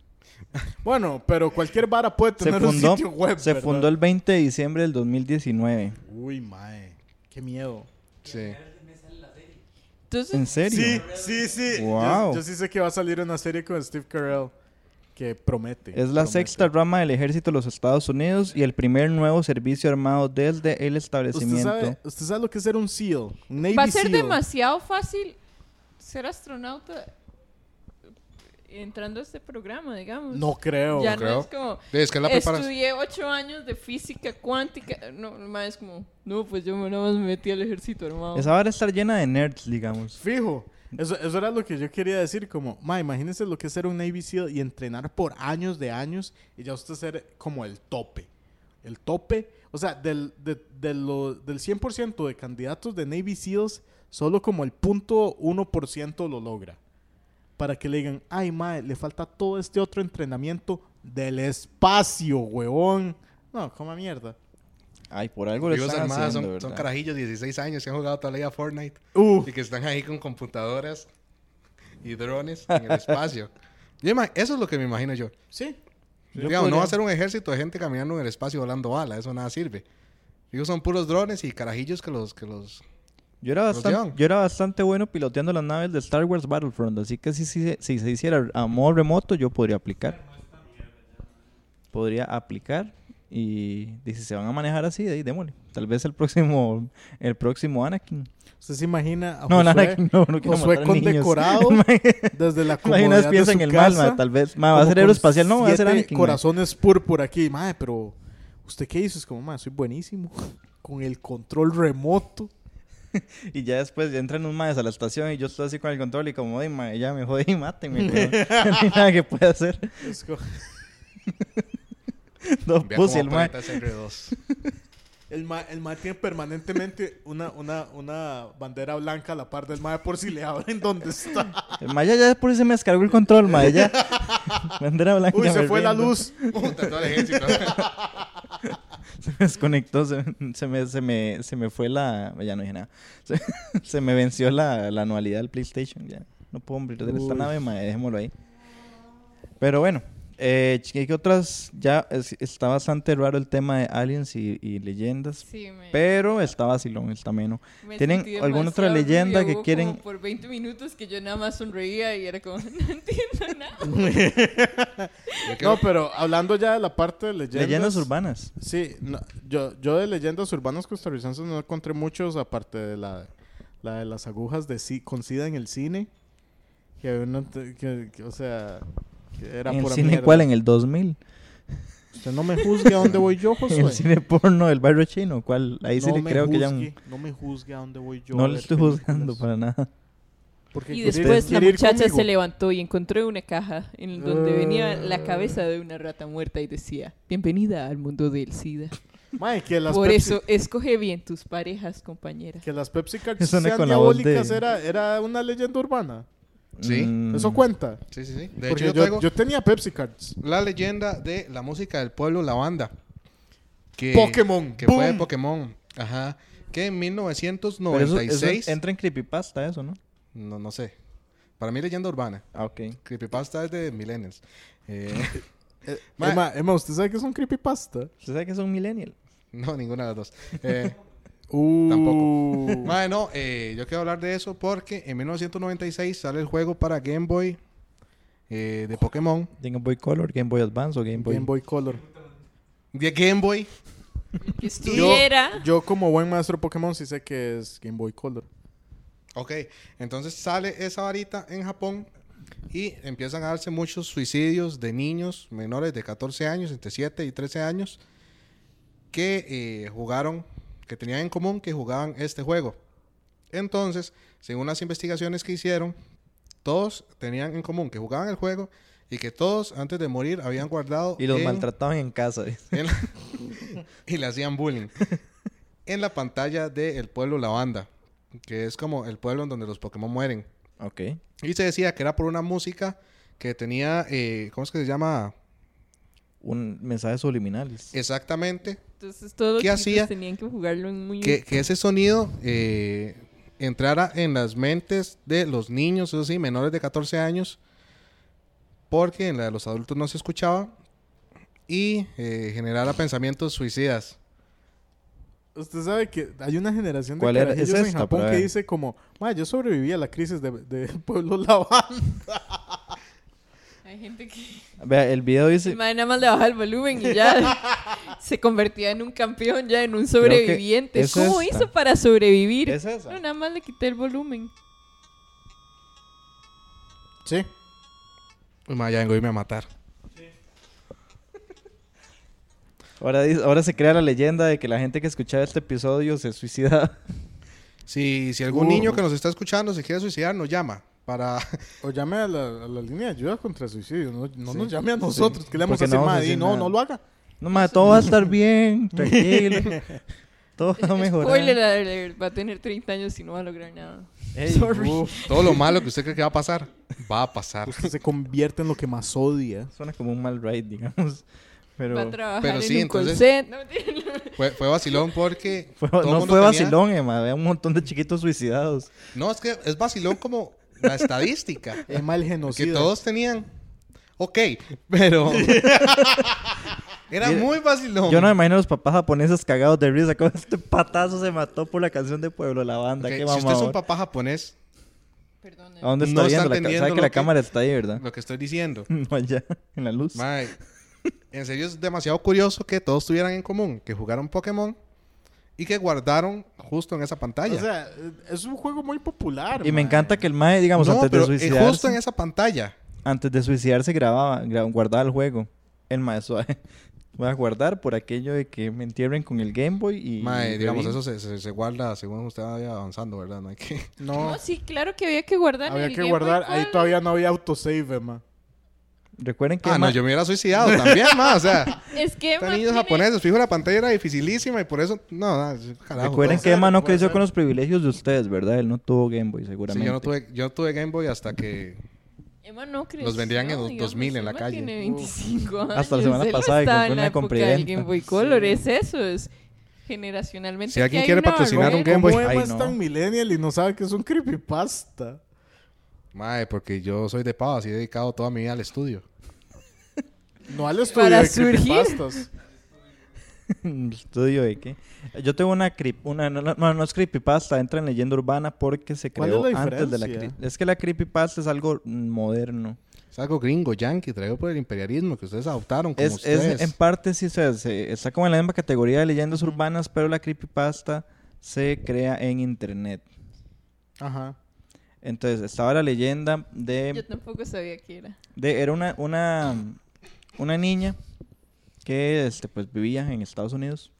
Speaker 4: Bueno, pero cualquier vara puede
Speaker 1: Se
Speaker 4: tener un
Speaker 1: fundó,
Speaker 4: sitio web.
Speaker 1: se
Speaker 4: ¿verdad?
Speaker 1: fundó el 20 de diciembre del 2019.
Speaker 4: Uy, mae. Qué miedo.
Speaker 2: Sí.
Speaker 1: ¿En
Speaker 3: Entonces,
Speaker 1: serio?
Speaker 4: Sí, sí, sí.
Speaker 1: Wow.
Speaker 4: Yo, yo sí sé que va a salir una serie con Steve Carell que promete.
Speaker 1: Es la
Speaker 4: promete.
Speaker 1: sexta rama del ejército de los Estados Unidos y el primer nuevo servicio armado desde el
Speaker 4: ¿Usted
Speaker 1: establecimiento.
Speaker 4: sabe, usted sabe lo que es ser un SEAL, un Navy
Speaker 3: va a ser
Speaker 4: SEAL.
Speaker 3: demasiado fácil ser astronauta entrando a este programa, digamos.
Speaker 4: No creo.
Speaker 3: ya
Speaker 2: no
Speaker 3: no
Speaker 2: creo.
Speaker 3: es como...
Speaker 2: Es que la preparas.
Speaker 3: Estudié ocho años de física cuántica. No, más es como... No, pues yo nada más me metí al ejército armado.
Speaker 1: Esa vara está llena de nerds, digamos.
Speaker 4: Fijo. Eso, eso era lo que yo quería decir, como, ma, imagínense lo que es ser un Navy SEAL y entrenar por años de años y ya usted ser como el tope. El tope, o sea, del, de- de lo- del 100% de candidatos de Navy SEALs, solo como el punto 1% lo logra. Para que le digan, ay, ma, le falta todo este otro entrenamiento del espacio, huevón. No, coma mierda.
Speaker 1: Ay, por algo lo
Speaker 2: Tribus
Speaker 1: están
Speaker 2: armadas
Speaker 1: haciendo,
Speaker 2: son, son
Speaker 1: ¿verdad?
Speaker 2: carajillos de 16 años que han jugado toda la vida a Fortnite
Speaker 4: Uh.
Speaker 2: y que están ahí con computadoras y drones en el espacio. [LAUGHS] Yo ima- eso es lo que me imagino yo.
Speaker 4: Sí.
Speaker 2: Digamos, no va a ser un ejército de gente caminando en el espacio volando bala, eso nada sirve. Digo, son puros drones y carajillos que los... Que los...
Speaker 1: Yo era,
Speaker 2: Los
Speaker 1: bastante,
Speaker 2: llevan.
Speaker 1: yo era bastante bueno piloteando las naves de Star Wars Battlefront, así que si, si- si se hiciera a modo remoto, yo podría aplicar. Podría aplicar y, y si se van a manejar así, de ahí démosle. Tal vez el próximo, el próximo Anakin.
Speaker 4: ¿Usted se imagina a
Speaker 1: No,
Speaker 4: Josué,
Speaker 1: el Anakin no, no quiero
Speaker 4: Josué
Speaker 1: matar niños. [LAUGHS]
Speaker 4: condecorado desde la
Speaker 1: Imagínate,
Speaker 4: comodidad de
Speaker 1: piensa
Speaker 4: su
Speaker 1: en el mal,
Speaker 4: casa?
Speaker 1: ma, tal vez. ma, va a
Speaker 4: como
Speaker 1: ser
Speaker 4: con
Speaker 1: aeroespacial, no, va a ser
Speaker 4: siete
Speaker 1: Anakin. ma.
Speaker 4: corazones púrpura aquí. Mae, pero ¿usted qué hizo? Es como, mae, soy buenísimo. [LAUGHS] Con el control remoto.
Speaker 1: Y ya después ya entran unos maes a la estación y yo estoy así con el control y como, ay, mae, ya me jodí, mátenme.
Speaker 4: [LAUGHS]
Speaker 1: weón". [LAUGHS] no hay nada que pueda hacer.
Speaker 4: Es co-
Speaker 1: No,
Speaker 2: Vea
Speaker 1: puse el
Speaker 2: cómo
Speaker 1: mae.
Speaker 2: aprieta ese [LAUGHS] R2.
Speaker 4: El mae, el mae tiene permanentemente una, una, una bandera blanca a la par del mae por si le abren donde está.
Speaker 1: El mae ya, ya por eso me descargó el control, mae,
Speaker 4: [LAUGHS]
Speaker 1: ya. Bandera blanca.
Speaker 4: Uy, se
Speaker 1: me
Speaker 4: fue la
Speaker 1: rindo.
Speaker 4: luz. [LAUGHS]
Speaker 2: Puta, todo el [LAUGHS] ejército.
Speaker 1: Se me desconectó, se, se me, se, me, se me fue la... Ya no dije nada. [LAUGHS] Se, se me venció la, la anualidad del PlayStation, ya. No puedo cumplir de esta
Speaker 4: Uy.
Speaker 1: nave, mae, dejémoslo ahí. Pero bueno, eh, ¿qué qué otras? Ya es- está bastante raro el tema de aliens y, y leyendas.
Speaker 3: Sí, me-
Speaker 1: Pero está vacilón, está ameno.
Speaker 3: me
Speaker 1: ¿tienen
Speaker 3: sentí
Speaker 1: alguna otra
Speaker 3: demasiado
Speaker 1: leyenda
Speaker 3: ruda.
Speaker 1: que
Speaker 3: Hubo
Speaker 1: quieren-
Speaker 3: como por 20 minutos que yo nada más sonreía y era como... [LAUGHS] No entiendo nada.
Speaker 4: No, pero hablando ya de la parte de leyendas.
Speaker 1: Leyendas urbanas.
Speaker 4: Sí, no, yo, yo de leyendas urbanas costarricenses no encontré muchos, aparte de la, la de las agujas de ci- con sida en el cine. Que había una te- que- que, o sea, que era
Speaker 1: ¿En el
Speaker 4: pura
Speaker 1: cine
Speaker 4: mierda.
Speaker 1: cuál? ¿En el 2000?
Speaker 4: Usted no me juzgue a dónde voy yo,
Speaker 1: [LAUGHS] ¿En el
Speaker 4: Josué.
Speaker 1: cine porno del barrio chino? ¿Cuál? Ahí sí
Speaker 4: no
Speaker 1: le
Speaker 4: me
Speaker 1: creo que ya...
Speaker 4: juzgue, No me juzgue a dónde voy yo. a
Speaker 1: no le
Speaker 4: ver
Speaker 1: estoy
Speaker 4: películas.
Speaker 1: juzgando para nada.
Speaker 4: Porque
Speaker 3: Y
Speaker 4: quiere-
Speaker 3: después la
Speaker 4: quiere ir
Speaker 3: muchacha
Speaker 4: conmigo.
Speaker 3: se levantó y encontró una caja en donde
Speaker 4: Ah.
Speaker 3: venía la cabeza de una rata muerta y decía, bienvenida al mundo del SIDA.
Speaker 4: Mae, que las
Speaker 3: Por
Speaker 4: Pepsi-
Speaker 3: eso, escoge bien tus parejas, compañeras.
Speaker 4: Que las Pepsi Cards
Speaker 1: Eso suena
Speaker 4: sean
Speaker 1: con la voz de-
Speaker 4: diabólicas era, era una leyenda urbana.
Speaker 2: Sí,
Speaker 1: Mm,
Speaker 4: Eso cuenta.
Speaker 2: sí, sí, sí. De hecho,
Speaker 4: Porque
Speaker 2: yo
Speaker 4: yo,
Speaker 2: traigo
Speaker 4: yo tenía Pepsi Cards.
Speaker 2: la leyenda de la música del pueblo, la banda. Que,
Speaker 4: Pokémon,
Speaker 2: Que
Speaker 4: boom.
Speaker 2: fue de Pokémon. Ajá. Que en
Speaker 1: pero eso- eso
Speaker 2: 1996...
Speaker 1: entra en creepypasta eso, ¿no?
Speaker 2: No, no sé. Para mí leyenda urbana.
Speaker 1: Ah, ok.
Speaker 2: Creepypasta es de millennials.
Speaker 4: [LAUGHS]
Speaker 2: Eh, Mae.
Speaker 4: Emma, Emma, ¿usted sabe que es un creepypasta?
Speaker 1: ¿Usted sabe que es un millennial?
Speaker 2: no, ninguna de las dos. Eh,
Speaker 4: Uh.
Speaker 2: [LAUGHS]
Speaker 4: Tampoco.
Speaker 2: mae, no, eh, yo quiero hablar de eso porque en 1996 sale el juego para Game Boy eh, de Pokémon.
Speaker 1: Game Boy Color, Game Boy Advance o Game Boy...
Speaker 4: Game Boy Color.
Speaker 2: De Game Boy.
Speaker 3: Que estuviera...
Speaker 4: Yo como buen maestro Pokémon sí sé que es Game Boy Color.
Speaker 2: Ok, entonces sale esa varita en Japón y empiezan a darse muchos suicidios de niños menores de 14 años, entre 7 y 13 años, que eh, jugaron, que tenían en común que jugaban este juego. Entonces, según las investigaciones que hicieron, todos tenían en común que jugaban el juego y que todos antes de morir habían guardado
Speaker 1: Y los
Speaker 2: en-
Speaker 1: maltrataban en casa. dice.
Speaker 2: en la- [LAUGHS] y le hacían bullying. En la pantalla de El Pueblo La Banda, que es como el pueblo en donde los Pokémon mueren.
Speaker 1: Ok.
Speaker 2: Y se decía que era por una música que tenía, eh, ¿cómo es que se llama?
Speaker 1: Un mensaje subliminales.
Speaker 2: Exactamente,
Speaker 3: Entonces todos los
Speaker 2: ¿Qué
Speaker 3: chicos
Speaker 2: hacía?
Speaker 3: tenían que jugarlo en muy...
Speaker 2: que, que ese sonido eh, entrara en las mentes de los niños, eso sí, menores de 14 años, porque en la de los adultos no se escuchaba y eh, generara pensamientos suicidas.
Speaker 4: Usted sabe que hay una generación de
Speaker 1: ¿Cuál era?
Speaker 4: carajillos
Speaker 1: Es
Speaker 4: en
Speaker 1: esta,
Speaker 4: Japón
Speaker 1: para
Speaker 4: que
Speaker 1: ver.
Speaker 4: dice como, "Ma, yo sobreviví a la crisis de, de [LAUGHS] Pueblo Laván.
Speaker 3: Hay gente que.
Speaker 1: Vea, el video
Speaker 3: El
Speaker 1: dice...
Speaker 3: mae nada más le baja el volumen y
Speaker 4: [LAUGHS]
Speaker 3: ya se convertía en un campeón, ya en un
Speaker 1: que
Speaker 3: sobreviviente.
Speaker 1: es
Speaker 3: ¿Cómo
Speaker 1: esta.
Speaker 3: hizo para sobrevivir?
Speaker 1: ¿Es esa?
Speaker 3: No, nada más le quité el
Speaker 1: [LAUGHS]
Speaker 3: volumen.
Speaker 4: Sí.
Speaker 2: Uy, ma, ya vengo a irme a matar.
Speaker 1: Ahora, dice- ahora se crea la leyenda de que la gente que escuchaba este episodio se suicida.
Speaker 2: Si, si algún
Speaker 4: Uh.
Speaker 2: niño que nos está escuchando se quiere suicidar, nos llama para... [LAUGHS]
Speaker 4: O llame a la, a la línea de ayuda contra el suicidio. No, no
Speaker 2: Sí.
Speaker 4: nos llame a nosotros. Que le vamos
Speaker 1: Porque
Speaker 4: a hacer,
Speaker 1: no vamos a
Speaker 4: "Ma, di,
Speaker 1: decir
Speaker 4: No,
Speaker 1: nada".
Speaker 4: no lo haga.
Speaker 1: No, ma, todo va a estar
Speaker 3: [LAUGHS]
Speaker 1: bien, tranquilo. Todo va a mejorar.
Speaker 3: Spoiler alert, va a tener 30 años y no va a lograr nada.
Speaker 1: Ey,
Speaker 3: Sorry.
Speaker 1: uf,
Speaker 2: todo lo malo que usted cree que va a pasar, va a pasar.
Speaker 4: Usted se convierte en lo que más odia.
Speaker 1: suena como un mal ride, digamos. Pero
Speaker 3: va a trabajar
Speaker 2: pero
Speaker 3: en
Speaker 2: sí,
Speaker 3: un
Speaker 2: entonces-
Speaker 3: call set. No, [LAUGHS] mentira.
Speaker 2: Fue, fue vacilón porque...
Speaker 1: [LAUGHS] fue-
Speaker 2: todo el
Speaker 1: no
Speaker 2: mundo
Speaker 1: fue
Speaker 2: tenía-
Speaker 1: vacilón, Emma. Había un montón de chiquitos suicidados.
Speaker 2: No, es que es vacilón como la
Speaker 1: [LAUGHS]
Speaker 2: estadística.
Speaker 4: Es mal
Speaker 2: que
Speaker 4: genocida.
Speaker 2: todos tenían... Ok,
Speaker 1: [LAUGHS]
Speaker 2: pero... Era
Speaker 1: Mira,
Speaker 2: muy vacilón.
Speaker 1: Yo no me imagino a los papás japoneses cagados de risa. Como este patazo se mató por la canción de Pueblo La Banda.
Speaker 2: Ok,
Speaker 1: Qué
Speaker 2: si usted es un
Speaker 1: mamador.
Speaker 2: papá japonés,
Speaker 3: Perdón. eh.
Speaker 1: ¿A dónde está
Speaker 2: No están
Speaker 1: viendo? La, ca-
Speaker 2: entendiendo
Speaker 1: ¿Sabe que
Speaker 2: lo
Speaker 1: la
Speaker 2: que-
Speaker 1: cámara está ahí,
Speaker 2: [LAUGHS]
Speaker 1: verdad? [LAUGHS]
Speaker 2: lo que estoy diciendo...
Speaker 1: No, allá, en la luz.
Speaker 2: Mae, en serio es demasiado curioso que todos tuvieran en común que jugaron Pokémon y que guardaron justo en esa pantalla.
Speaker 4: O sea, es un juego muy popular.
Speaker 1: Y me
Speaker 4: mae.
Speaker 1: encanta que el mae, digamos,
Speaker 2: no,
Speaker 1: antes de
Speaker 2: pero eh,
Speaker 1: suicidarse...
Speaker 2: justo en esa pantalla.
Speaker 1: Antes de suicidarse grababa, gra- guardaba el juego. El maestro [LAUGHS] voy a guardar por aquello de que me entierren con el Game Boy y...
Speaker 2: Mae,
Speaker 1: y
Speaker 2: digamos,
Speaker 1: bebí.
Speaker 2: eso se, se- se guarda según usted vaya avanzando, ¿verdad? No
Speaker 1: [LAUGHS]
Speaker 2: hay que...
Speaker 4: No,
Speaker 3: No, sí, claro que había que guardar.
Speaker 4: había
Speaker 3: el
Speaker 4: que
Speaker 3: Game
Speaker 4: guardar.
Speaker 3: Boy
Speaker 4: Ahí
Speaker 3: Color.
Speaker 4: todavía no había autosave, ma.
Speaker 1: Recuerden que...
Speaker 2: Ah,
Speaker 1: el
Speaker 2: no,
Speaker 1: mae-
Speaker 2: yo me hubiera suicidado también, mae.
Speaker 1: [LAUGHS]
Speaker 2: O sea,
Speaker 3: Es que
Speaker 2: estos
Speaker 3: Emma
Speaker 2: niños
Speaker 3: tiene-
Speaker 2: japoneses, fijo, la pantalla era dificilísima y por eso... No, nada, es- carajo.
Speaker 1: Recuerden
Speaker 2: todo.
Speaker 1: que Emma no
Speaker 4: puede
Speaker 1: creció
Speaker 4: ser.
Speaker 1: con los privilegios de ustedes, ¿verdad? Él no tuvo Game Boy,
Speaker 2: Sí,
Speaker 1: seguramente.
Speaker 2: yo no
Speaker 1: [LAUGHS]
Speaker 2: tuve, yo no tuve Game Boy hasta que...
Speaker 3: Emma no creció,
Speaker 2: Los vendían en los
Speaker 3: digamos,
Speaker 2: 2000 en la
Speaker 3: Emma
Speaker 2: calle.
Speaker 3: Tiene
Speaker 2: Uh.
Speaker 3: 25 años.
Speaker 1: Hasta la semana
Speaker 3: él no
Speaker 1: pasada que
Speaker 3: estaba
Speaker 1: compré
Speaker 3: en
Speaker 1: una
Speaker 3: la época
Speaker 1: compra y
Speaker 3: del
Speaker 1: venta.
Speaker 3: Game Boy Color. Es eso, es generacionalmente.
Speaker 2: Si alguien
Speaker 3: que hay
Speaker 2: quiere
Speaker 3: una
Speaker 2: patrocinar un
Speaker 3: barrera.
Speaker 2: Game Boy.
Speaker 4: ¿Cómo Emma
Speaker 1: Ay,
Speaker 4: es
Speaker 1: no.
Speaker 4: tan millennial y no sabe que es un [LAUGHS] creepypasta?
Speaker 2: Mae, porque yo soy de pavas y he dedicado toda mi vida al estudio.
Speaker 4: No al estudio
Speaker 3: Para
Speaker 4: de
Speaker 3: surgir.
Speaker 4: creepypastas.
Speaker 1: ¿Estudio de qué? Yo tengo una... creep- una no, no, no es creepypasta, entra en leyenda urbana porque se
Speaker 4: ¿Cuál
Speaker 1: creó
Speaker 4: es la
Speaker 1: antes de la...
Speaker 4: diferencia?
Speaker 1: cre- Es que la creepypasta es algo mm, moderno.
Speaker 2: Es algo gringo, yankee, traído por el imperialismo que ustedes adoptaron como
Speaker 1: Es, es-
Speaker 2: ustedes.
Speaker 1: en parte sí se, se- está como en la misma categoría de leyendas urbanas, pero la creepypasta se crea en internet.
Speaker 4: Ajá.
Speaker 1: Entonces, estaba la leyenda
Speaker 3: Yo
Speaker 1: de,
Speaker 3: tampoco sabía que era.
Speaker 1: de- era una, una, una niña que este, pues vivía en Estados Unidos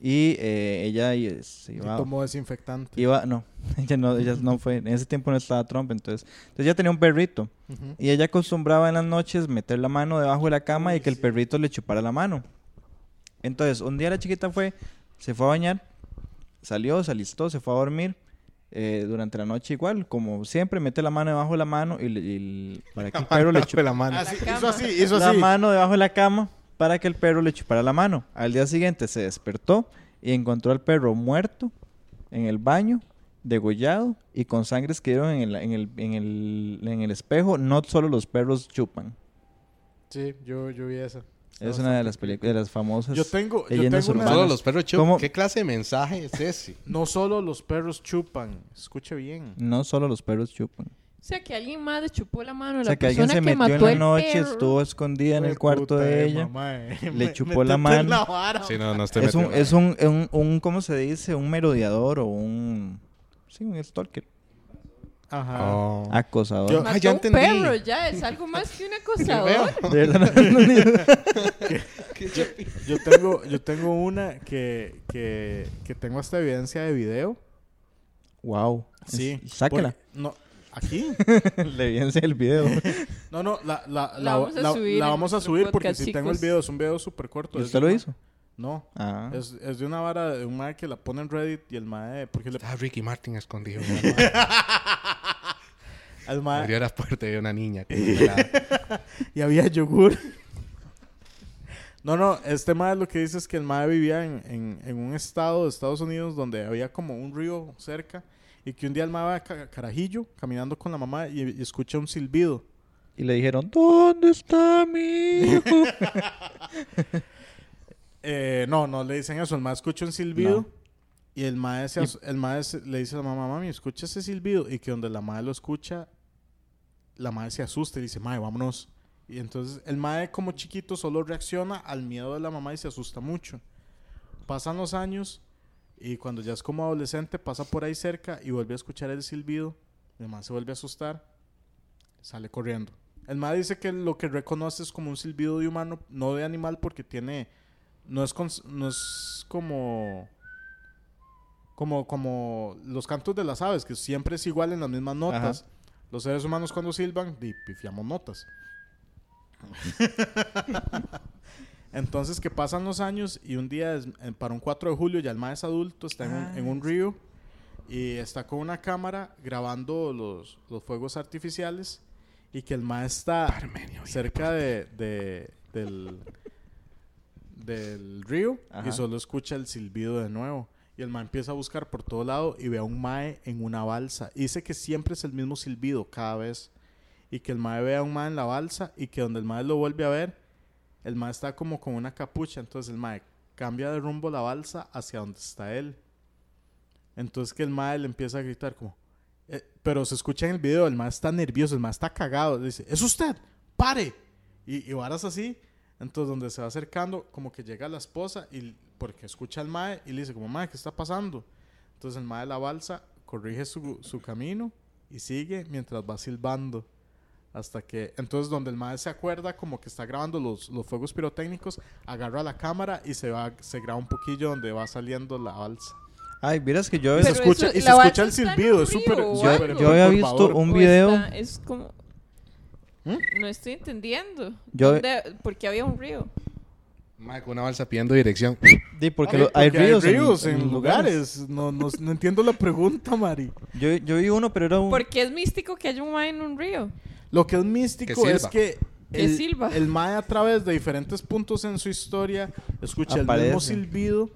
Speaker 1: y eh, ella y, eh, se
Speaker 4: Y
Speaker 1: iba,
Speaker 4: tomó desinfectante.
Speaker 1: iba- no, [LAUGHS] ella no, ella no fue, en ese tiempo no estaba Trump, entonces, entonces ella tenía un perrito
Speaker 4: Ujú.
Speaker 1: y ella acostumbraba en las noches meter la mano debajo de la cama y que el perrito le chupara la mano. Entonces, un día la chiquita fue, se fue a bañar, salió, se alistó, se fue a dormir. eh, durante la noche igual, como siempre, mete la mano debajo de la mano y, le- y el-
Speaker 2: [LAUGHS]
Speaker 1: para que el perro le
Speaker 2: Chupe
Speaker 1: chupara
Speaker 2: la mano.
Speaker 4: Así,
Speaker 3: La
Speaker 4: Ah, hizo
Speaker 3: cama.
Speaker 4: así, hizo
Speaker 1: la
Speaker 4: así.
Speaker 1: mano debajo de la cama para que el perro le chupara la mano. Al día siguiente se despertó y encontró al perro muerto en el baño, degollado y con sangres que dieron en el, en el, en el, en el espejo. No solo los perros chupan.
Speaker 4: Sí, yo, yo vi esa.
Speaker 1: Es una de las películas, de las famosas.
Speaker 4: Yo tengo, yo
Speaker 1: leyendas
Speaker 4: tengo una-
Speaker 1: urbanas.
Speaker 2: Solo los perros chupan.
Speaker 1: ¿Cómo?
Speaker 2: ¿Qué clase de mensaje es ese?
Speaker 4: No solo los perros chupan. Escuche bien.
Speaker 1: No solo los perros chupan.
Speaker 3: O sea, que alguien más le chupó la mano a la
Speaker 1: O sea, que alguien
Speaker 3: persona
Speaker 1: se
Speaker 3: que
Speaker 1: metió
Speaker 3: mató
Speaker 1: en la
Speaker 3: el
Speaker 1: noche,
Speaker 3: perro.
Speaker 1: estuvo escondida en el
Speaker 4: Pues,
Speaker 1: cuarto
Speaker 4: puta,
Speaker 1: de
Speaker 4: eh,
Speaker 1: ella.
Speaker 4: mamá, eh.
Speaker 1: le
Speaker 4: Me-
Speaker 1: chupó la
Speaker 4: metete en
Speaker 1: mano.
Speaker 4: vara.
Speaker 2: Sí, no, no estoy
Speaker 1: Es un,
Speaker 2: metido.
Speaker 1: es un, un, un- ¿cómo se dice? Un merodeador o un... Sí, un stalker.
Speaker 4: Ajá.
Speaker 2: Oh.
Speaker 1: Acosador.
Speaker 4: Yo-
Speaker 3: Mató
Speaker 2: Ah, ya
Speaker 3: un
Speaker 2: entendí.
Speaker 3: perro, ya es algo
Speaker 1: [LAUGHS]
Speaker 3: más que un acosador.
Speaker 1: De verdad, no, no, ni-
Speaker 4: Yo tengo, yo tengo una que, que, que tengo hasta evidencia de video.
Speaker 1: Wow.
Speaker 4: Sí.
Speaker 1: Es- Pues, Sáquela.
Speaker 4: Porque- no,
Speaker 1: [LAUGHS]
Speaker 4: aquí.
Speaker 1: La evidencia del
Speaker 4: [LAUGHS]
Speaker 1: video.
Speaker 4: No, no, la, la, la,
Speaker 3: La vamos a
Speaker 4: la-
Speaker 3: subir
Speaker 4: la
Speaker 3: en
Speaker 4: vamos a
Speaker 3: nuestro
Speaker 4: subir porque
Speaker 3: podcast,
Speaker 4: si tengo el
Speaker 3: chicos.
Speaker 4: video, es un video súper corto.
Speaker 1: ¿Y
Speaker 4: Es
Speaker 1: usted
Speaker 4: de
Speaker 1: lo
Speaker 4: una-
Speaker 1: hizo?
Speaker 4: No.
Speaker 1: Ah.
Speaker 4: Es, es de una vara de un mae que la pone en Reddit y el mae.
Speaker 1: [LAUGHS]
Speaker 4: Porque le,
Speaker 2: Está Ah, Ricky Martin escondido. ¿verdad?
Speaker 4: al mae
Speaker 2: Abrió la puerta de una niña.
Speaker 1: [LAUGHS]
Speaker 2: congelada.
Speaker 4: y había yogur. No, no, este mae lo que dice es que el mae vivía en, en- en un estado de Estados Unidos donde había como un río cerca y que un día el mae va ca- carajillo caminando con la mamá y, y escucha un silbido
Speaker 1: Y le dijeron, ¿dónde está mi
Speaker 4: [LAUGHS]
Speaker 1: hijo?
Speaker 4: Eh, no, no le dicen eso. El mae escucha un silbido. Y el mae, se as- el mae se- le dice a la mamá, mami, escucha ese silbido. Y que donde la madre lo escucha, la madre se asusta y dice, mae, vámonos. Y entonces el mae como chiquito solo reacciona al miedo de la mamá y se asusta mucho. Pasan los años y cuando ya es como adolescente pasa por ahí cerca y vuelve a escuchar el silbido. El mae se vuelve a asustar, sale corriendo. El mae dice que lo que reconoce es como un silbido de humano, no de animal porque tiene... No es, cons- no es como como, como los cantos de las aves, que siempre es igual en las mismas notas. Los seres humanos cuando silban, di, pifiamos notas. [LAUGHS] Entonces que pasan los años y un día, es- en- para un 4 de julio, ya el maestro adulto, está en un, en un río y está con una cámara grabando los, los fuegos artificiales y que el maestro está cerca de, de- del, del río
Speaker 1: Ajá.
Speaker 4: y solo escucha el silbido de nuevo. Y el mae empieza a buscar por todo lado y ve a un mae en una balsa. Y dice que siempre es el mismo silbido cada vez. Y que el mae ve a un mae en la balsa y que donde el mae lo vuelve a ver, el mae está como con una capucha. Entonces el mae cambia de rumbo la balsa hacia donde está él. Entonces que el mae le empieza a gritar como... eh, pero se escucha en el video, el mae está nervioso, el mae está cagado. Le dice, es usted, pare. Y, y varas así. Entonces donde se va acercando, como que llega la esposa y porque escucha al mae y le dice como, mae, ¿qué está pasando? Entonces el mae de la balsa corrige su, su camino y sigue mientras va silbando. Hasta que, entonces donde el mae se acuerda como que está grabando los, los fuegos pirotécnicos, agarra la cámara y se va, se graba un poquillo donde va saliendo la balsa.
Speaker 1: Ay, vieras que yo...
Speaker 4: Y se
Speaker 3: Pero
Speaker 4: Pues, escucha,
Speaker 3: eso-
Speaker 4: y se
Speaker 3: la balsa
Speaker 4: escucha el
Speaker 3: está en un
Speaker 4: silbido, es
Speaker 3: río
Speaker 4: súper,
Speaker 3: o
Speaker 1: Yo-
Speaker 4: súper
Speaker 1: yo había visto
Speaker 4: perturbador.
Speaker 1: Un video.
Speaker 3: O está- es como.
Speaker 4: ¿Mm?
Speaker 3: No estoy entendiendo.
Speaker 1: Yo-
Speaker 3: ¿Dónde- Porque había un río.
Speaker 2: Mae, con una balsa pidiendo dirección.
Speaker 1: Sí, porque,
Speaker 4: Ah,
Speaker 1: lo- hay ríos, en-
Speaker 4: en, lugares. No, no, no entiendo la pregunta, Mari.
Speaker 1: Yo, yo vi uno, pero era un...
Speaker 3: Porque es místico que haya un mae en un río.
Speaker 4: Lo que es
Speaker 2: Que
Speaker 4: místico
Speaker 2: silba.
Speaker 4: es que
Speaker 3: Que
Speaker 4: el,
Speaker 3: silba.
Speaker 4: el mae a través de diferentes puntos en su historia escucha el mismo
Speaker 1: Aparece.
Speaker 4: silbido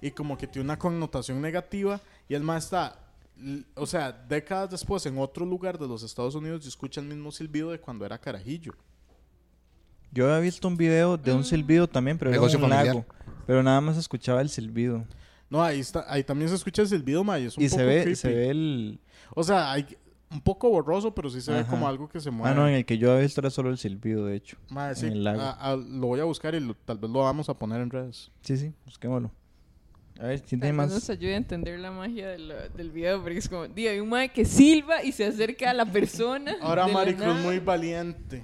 Speaker 4: y como que tiene una connotación negativa y el mae está, l- o sea, décadas después en otro lugar de los Estados Unidos y escucha el mismo silbido de cuando era carajillo.
Speaker 1: Yo había visto un video de
Speaker 4: Mm.
Speaker 1: un silbido también, pero era un
Speaker 2: Negocio familiar.
Speaker 1: lago. Pero nada más escuchaba el silbido.
Speaker 4: No, ahí está, ahí también se escucha el silbido, mae, y es un
Speaker 1: Y
Speaker 4: poco
Speaker 1: se ve,
Speaker 4: creepy.
Speaker 1: se ve el... ah,
Speaker 4: O sea, hay un poco borroso, pero sí se ve
Speaker 1: Ajá.
Speaker 4: como algo que se
Speaker 1: Ah,
Speaker 4: mueve.
Speaker 1: no, en el que yo había visto era solo el silbido, de hecho.
Speaker 4: Mae,
Speaker 1: en
Speaker 4: sí,
Speaker 1: el lago.
Speaker 4: a- a- lo voy a buscar y lo- tal vez lo vamos a poner en redes.
Speaker 1: Sí, sí, busquémoslo. A ver, ¿quién
Speaker 3: Tal
Speaker 1: tiene
Speaker 3: vez nos
Speaker 1: más?
Speaker 3: ayude a entender la magia de la- del video. Porque es como, di, hay un mae que silba y se acerca a la
Speaker 1: [LAUGHS]
Speaker 3: persona.
Speaker 4: Ahora
Speaker 3: de la
Speaker 4: Maricruz
Speaker 3: nada.
Speaker 4: muy valiente.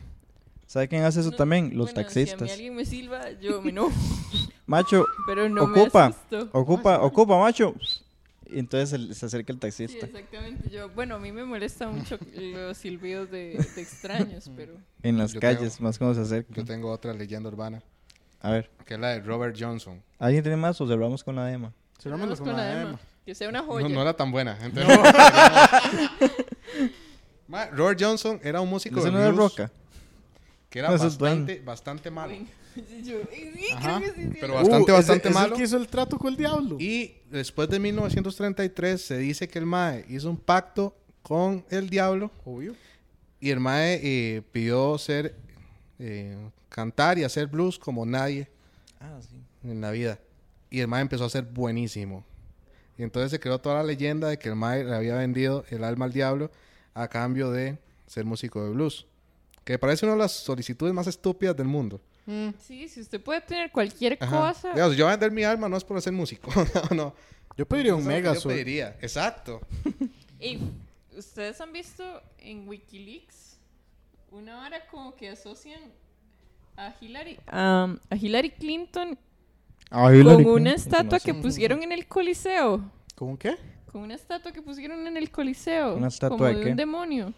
Speaker 1: ¿Sabe quién hace eso
Speaker 3: No,
Speaker 1: también? Los
Speaker 3: bueno, Si a
Speaker 1: taxistas.
Speaker 3: mí alguien me silba, yo me enojo.
Speaker 1: [LAUGHS] Macho,
Speaker 3: Pero no me
Speaker 1: ocupa,
Speaker 3: asusto.
Speaker 1: ocupa, ocupa, macho. Y entonces el- se acerca el
Speaker 3: Sí,
Speaker 1: taxista.
Speaker 3: exactamente. Yo, bueno, a mí me molesta mucho [LAUGHS] los silbidos de, de extraños, pero
Speaker 1: En las
Speaker 2: Yo
Speaker 1: calles, más cuando se acerca.
Speaker 2: Yo tengo otra leyenda urbana,
Speaker 1: A ver,
Speaker 2: que es la de Robert Johnson.
Speaker 1: ¿alguien tiene más o cerramos con la dema?
Speaker 4: Cerrámoslo
Speaker 3: vamos
Speaker 4: con la Emma.
Speaker 3: Que sea una
Speaker 2: No,
Speaker 3: joya.
Speaker 2: no era
Speaker 1: [LAUGHS]
Speaker 2: tan buena. entonces- Mae, Robert Johnson era un músico
Speaker 1: ¿Ese
Speaker 2: de
Speaker 1: no era
Speaker 2: blues
Speaker 1: Roca?
Speaker 2: que era
Speaker 1: No, ese es Duane.
Speaker 2: bastante, bastante malo.
Speaker 3: [LAUGHS] Yo, eh, sí,
Speaker 4: Ajá,
Speaker 3: creo que sí, sí,
Speaker 2: pero
Speaker 3: no.
Speaker 2: bastante,
Speaker 4: ¿es-
Speaker 2: bastante
Speaker 4: es el
Speaker 2: malo.
Speaker 4: Uh, que hizo el trato con el diablo.
Speaker 2: Y después de 1933 se dice que el Mae hizo un pacto con el diablo
Speaker 4: Obvio.
Speaker 2: y el Mae eh, pidió ser, eh, cantar y hacer blues como nadie
Speaker 1: Ah, sí.
Speaker 2: en la vida. Y el Mae empezó a ser buenísimo. Y entonces se creó toda la leyenda de que el Mae le había vendido el alma al diablo a cambio de ser músico de blues. Que parece una de las solicitudes más estúpidas del mundo.
Speaker 4: Mm.
Speaker 3: Sí, si usted puede tener cualquier
Speaker 2: Ajá.
Speaker 3: cosa.
Speaker 2: Digamos, si yo voy a vender mi alma no es por ser músico. [LAUGHS] no, no.
Speaker 4: Yo pediría un
Speaker 2: Eso es lo que
Speaker 4: mega
Speaker 2: yo
Speaker 4: sol.
Speaker 2: pediría. Exacto.
Speaker 3: Ey, ¿Ustedes han visto en Wikileaks una hora como que asocian a Hillary, um, a Hillary Clinton con una estatua que pusieron en el Coliseo?
Speaker 4: ¿Con qué?
Speaker 3: Con una estatua que pusieron en el Coliseo.
Speaker 1: ¿Una estatua
Speaker 3: como
Speaker 1: de qué?
Speaker 3: un demonio.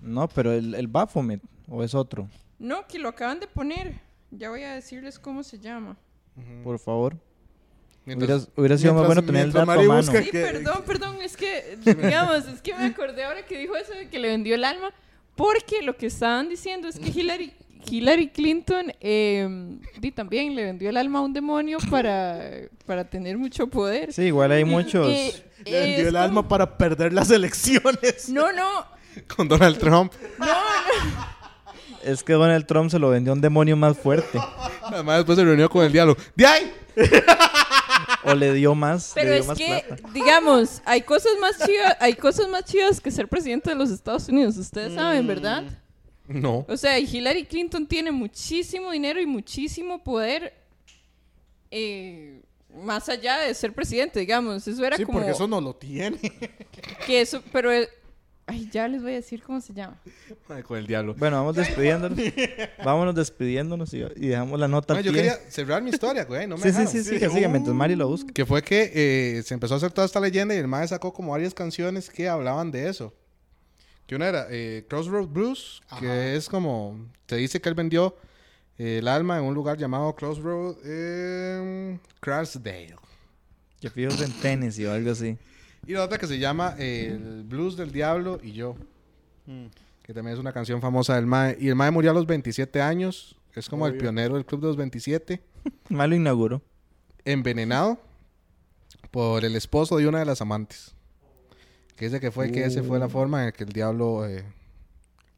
Speaker 1: No, pero el, el Baphomet, o es otro,
Speaker 3: No, que lo acaban de poner. Ya voy a decirles cómo se llama.
Speaker 1: por favor.
Speaker 2: Mm. Mientras-
Speaker 1: hubiera, hubiera sido más
Speaker 4: mientras-
Speaker 1: bueno tener el
Speaker 4: mientras
Speaker 1: dato a
Speaker 4: Mari
Speaker 1: mano.
Speaker 4: busca-
Speaker 3: Sí,
Speaker 4: que-
Speaker 3: perdón, perdón, es
Speaker 4: [LAUGHS]
Speaker 3: que, digamos, es que me acordé ahora que dijo eso de que le vendió el alma, porque lo que estaban diciendo es que Hillary, Hillary Clinton eh, di, también le vendió el alma a un
Speaker 4: [LAUGHS]
Speaker 3: demonio para, para tener mucho poder.
Speaker 1: Sí, igual hay
Speaker 3: Y-
Speaker 1: muchos.
Speaker 3: eh,
Speaker 4: Le
Speaker 3: eh,
Speaker 4: vendió
Speaker 3: es
Speaker 4: el alma
Speaker 3: como-
Speaker 4: para perder las elecciones.
Speaker 3: No, no,
Speaker 2: con Donald Trump.
Speaker 1: Es que Donald Trump se lo vendió a un demonio más fuerte.
Speaker 2: Además, después se reunió con el diálogo. ¡De ahí!
Speaker 1: O le dio más.
Speaker 3: Pero
Speaker 1: le dio
Speaker 3: es
Speaker 1: más
Speaker 3: que,
Speaker 1: plata.
Speaker 3: digamos, hay cosas más chivas, hay cosas más chivas que ser presidente de los Estados Unidos, ustedes saben,
Speaker 4: Mm.
Speaker 3: ¿verdad?
Speaker 2: No.
Speaker 3: O sea, y Hillary Clinton tiene muchísimo dinero y muchísimo poder eh, más allá de ser presidente, digamos. Eso era
Speaker 4: [LAUGHS] Sí,
Speaker 3: como
Speaker 4: porque eso no lo tiene.
Speaker 3: que eso, pero eh, ay, ya les voy a decir cómo se llama.
Speaker 2: Ay, Con el diablo.
Speaker 1: Bueno, vamos
Speaker 2: [LAUGHS]
Speaker 1: despidiéndonos. Vámonos despidiéndonos y, y dejamos la nota.
Speaker 2: Ma,
Speaker 1: al
Speaker 2: yo
Speaker 1: pie.
Speaker 2: quería cerrar mi historia, güey. No me
Speaker 1: Sí, sí,
Speaker 2: dejaron.
Speaker 1: sí, sí, que sigue
Speaker 3: Uh.
Speaker 1: mientras Mari lo busca.
Speaker 2: Que fue que eh, se empezó a hacer toda esta leyenda y el mae sacó como varias canciones que hablaban de eso. Que una era eh, Crossroad Blues, que es como. Te dice que él vendió eh, el alma en un lugar llamado Crossroad en Crasdale.
Speaker 1: Que fijos en tenis o algo así.
Speaker 2: Y la otra que se llama eh, El Blues del Diablo y yo. Que también es una canción famosa del Mae. Y el Mae murió a los 27 años. Es como el
Speaker 4: Obvio.
Speaker 2: pionero del club de los 27.
Speaker 1: Malo inauguró.
Speaker 2: envenenado por el esposo de una de las amantes. Que dice que fue que esa fue
Speaker 4: Uh.
Speaker 2: la forma en la que el diablo eh,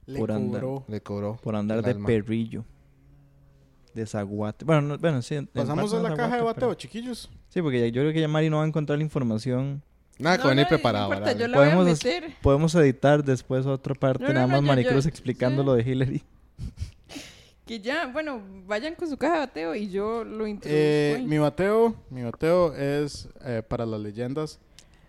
Speaker 4: Le
Speaker 1: Por andar.
Speaker 4: cobró.
Speaker 2: le cobró.
Speaker 1: Por andar
Speaker 2: el
Speaker 1: de
Speaker 2: alma.
Speaker 1: perrillo. De zaguate. Bueno, no- bueno, sí. en- en
Speaker 4: Pasamos
Speaker 1: parte
Speaker 4: a
Speaker 1: no
Speaker 4: la caja de
Speaker 1: zaguate,
Speaker 4: bateo,
Speaker 1: pero-
Speaker 4: chiquillos.
Speaker 1: Sí, porque ya- yo creo que ya Mari no va a encontrar la información.
Speaker 2: Nada,
Speaker 3: No,
Speaker 2: con venir
Speaker 3: no,
Speaker 2: preparado.
Speaker 3: No importa,
Speaker 2: ¿verdad?
Speaker 3: yo la
Speaker 1: Podemos,
Speaker 3: voy a
Speaker 1: as-
Speaker 3: meter.
Speaker 1: podemos editar después otra parte,
Speaker 3: No, no,
Speaker 1: nada
Speaker 3: no,
Speaker 1: más
Speaker 3: yo-
Speaker 1: Maricruz
Speaker 3: yo-
Speaker 1: explicando
Speaker 3: sí.
Speaker 1: lo de Hillary.
Speaker 3: Que ya, bueno, vayan con su caja de bateo y yo lo introduzco.
Speaker 4: Eh,
Speaker 3: ahí.
Speaker 4: mi bateo, mi bateo es eh, para las leyendas.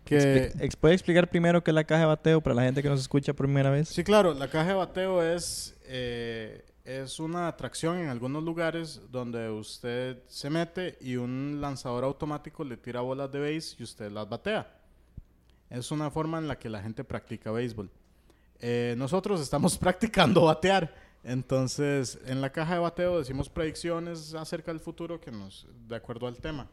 Speaker 4: Que,
Speaker 1: Expli- ex- ¿Puede explicar primero qué es la caja de bateo para la gente que nos escucha por primera vez?
Speaker 4: sí, claro, la caja de bateo es, eh, es una atracción en algunos lugares donde usted se mete y un lanzador automático le tira bolas de béis y usted las batea. Es una forma en la que la gente practica béisbol. Eh, nosotros estamos [LAUGHS] practicando batear. Entonces, en la caja de bateo decimos predicciones acerca del futuro que nos, de acuerdo al tema.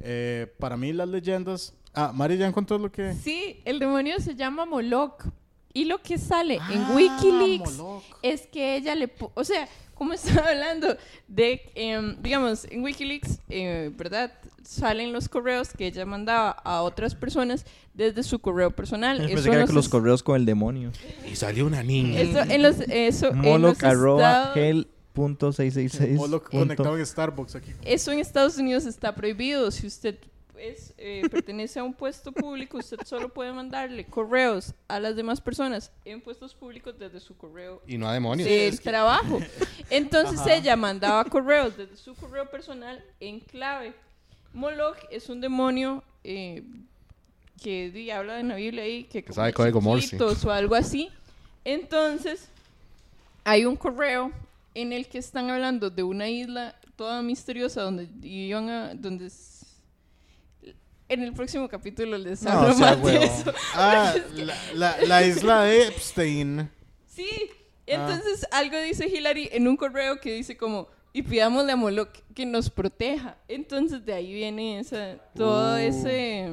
Speaker 4: Eh, para mí las leyendas... Ah, Mari, ¿ya encontró lo que...?
Speaker 3: Sí, el demonio se llama Moloch. Y lo que sale
Speaker 4: Ah,
Speaker 3: en Wikileaks
Speaker 4: Moloch.
Speaker 3: es que ella le... pu- O sea, como [LAUGHS] estaba hablando de... em, digamos, en Wikileaks, eh, ¿verdad? Salen los correos que ella mandaba a otras personas desde su correo
Speaker 1: [LAUGHS]
Speaker 3: personal.
Speaker 1: Yo
Speaker 3: Eso
Speaker 1: pensé que
Speaker 3: en
Speaker 1: era
Speaker 3: los
Speaker 1: con los
Speaker 3: es-
Speaker 1: correos con el demonio.
Speaker 2: Y salió una niña.
Speaker 3: Eso en los... Eso, en los
Speaker 1: Moloch arroba
Speaker 3: estados-
Speaker 1: gel punto seis seis seis
Speaker 4: O lo
Speaker 1: punto-
Speaker 4: conectado en Starbucks aquí.
Speaker 3: eso en Estados Unidos está prohibido. Si usted es,
Speaker 1: [LAUGHS]
Speaker 3: eh, pertenece a un puesto público, usted solo puede mandarle correos a las demás personas en puestos públicos desde su correo
Speaker 2: Y no a demonios.
Speaker 3: del trabajo. Entonces ella mandaba correos desde su correo personal en clave. Moloch es un demonio eh, que di, habla en la Biblia ahí, que, come
Speaker 2: sabe código Morse.
Speaker 3: chiquitos o algo así. Entonces hay un correo en el que están hablando de una isla toda misteriosa donde iban a, donde s- en el próximo capítulo les
Speaker 1: No,
Speaker 3: hablo
Speaker 1: o sea,
Speaker 3: más
Speaker 1: huevo.
Speaker 3: de eso.
Speaker 4: Ah, la, la- la isla de Epstein.
Speaker 3: Sí,
Speaker 2: Ah.
Speaker 3: entonces algo dice Hillary en un correo que dice como, y pidámosle a Moloch que nos proteja. Entonces de ahí viene esa, todo
Speaker 2: [LAUGHS]
Speaker 4: Uh.
Speaker 3: ese,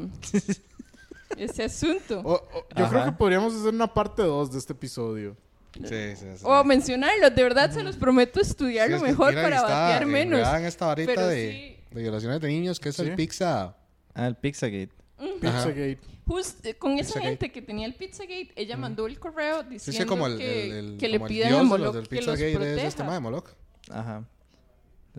Speaker 3: ese asunto.
Speaker 4: O-
Speaker 3: O,
Speaker 4: o- yo creo
Speaker 1: Ajá.
Speaker 4: que podríamos hacer una parte 2 de este episodio.
Speaker 2: Sí, sí, sí.
Speaker 3: mencionarlo, de verdad se los prometo
Speaker 2: mm. Sí,
Speaker 3: estudiarlo
Speaker 2: es que
Speaker 3: mejor
Speaker 2: Hillary
Speaker 3: para
Speaker 2: está
Speaker 3: batear menos.
Speaker 2: enredada en esta varita
Speaker 3: Pero
Speaker 2: de,
Speaker 3: sí.
Speaker 2: de violaciones de niños, que es
Speaker 4: Sí.
Speaker 2: el pizza.
Speaker 1: Ah, el Pizzagate.
Speaker 4: Pizzagate.
Speaker 3: Just- eh, con esa
Speaker 2: Pizzagate. Mm.
Speaker 3: gente que tenía el Pizzagate, ella mandó el correo
Speaker 2: Sí,
Speaker 3: diciendo
Speaker 2: sí, como el,
Speaker 3: que,
Speaker 2: el, el-
Speaker 3: que le
Speaker 2: como el
Speaker 3: pidan
Speaker 2: dios
Speaker 3: a
Speaker 2: de los
Speaker 3: Moloch
Speaker 2: del
Speaker 3: que
Speaker 2: pizza
Speaker 3: los
Speaker 2: gay
Speaker 3: proteja.
Speaker 2: es este mae, Moloch.
Speaker 1: Ajá.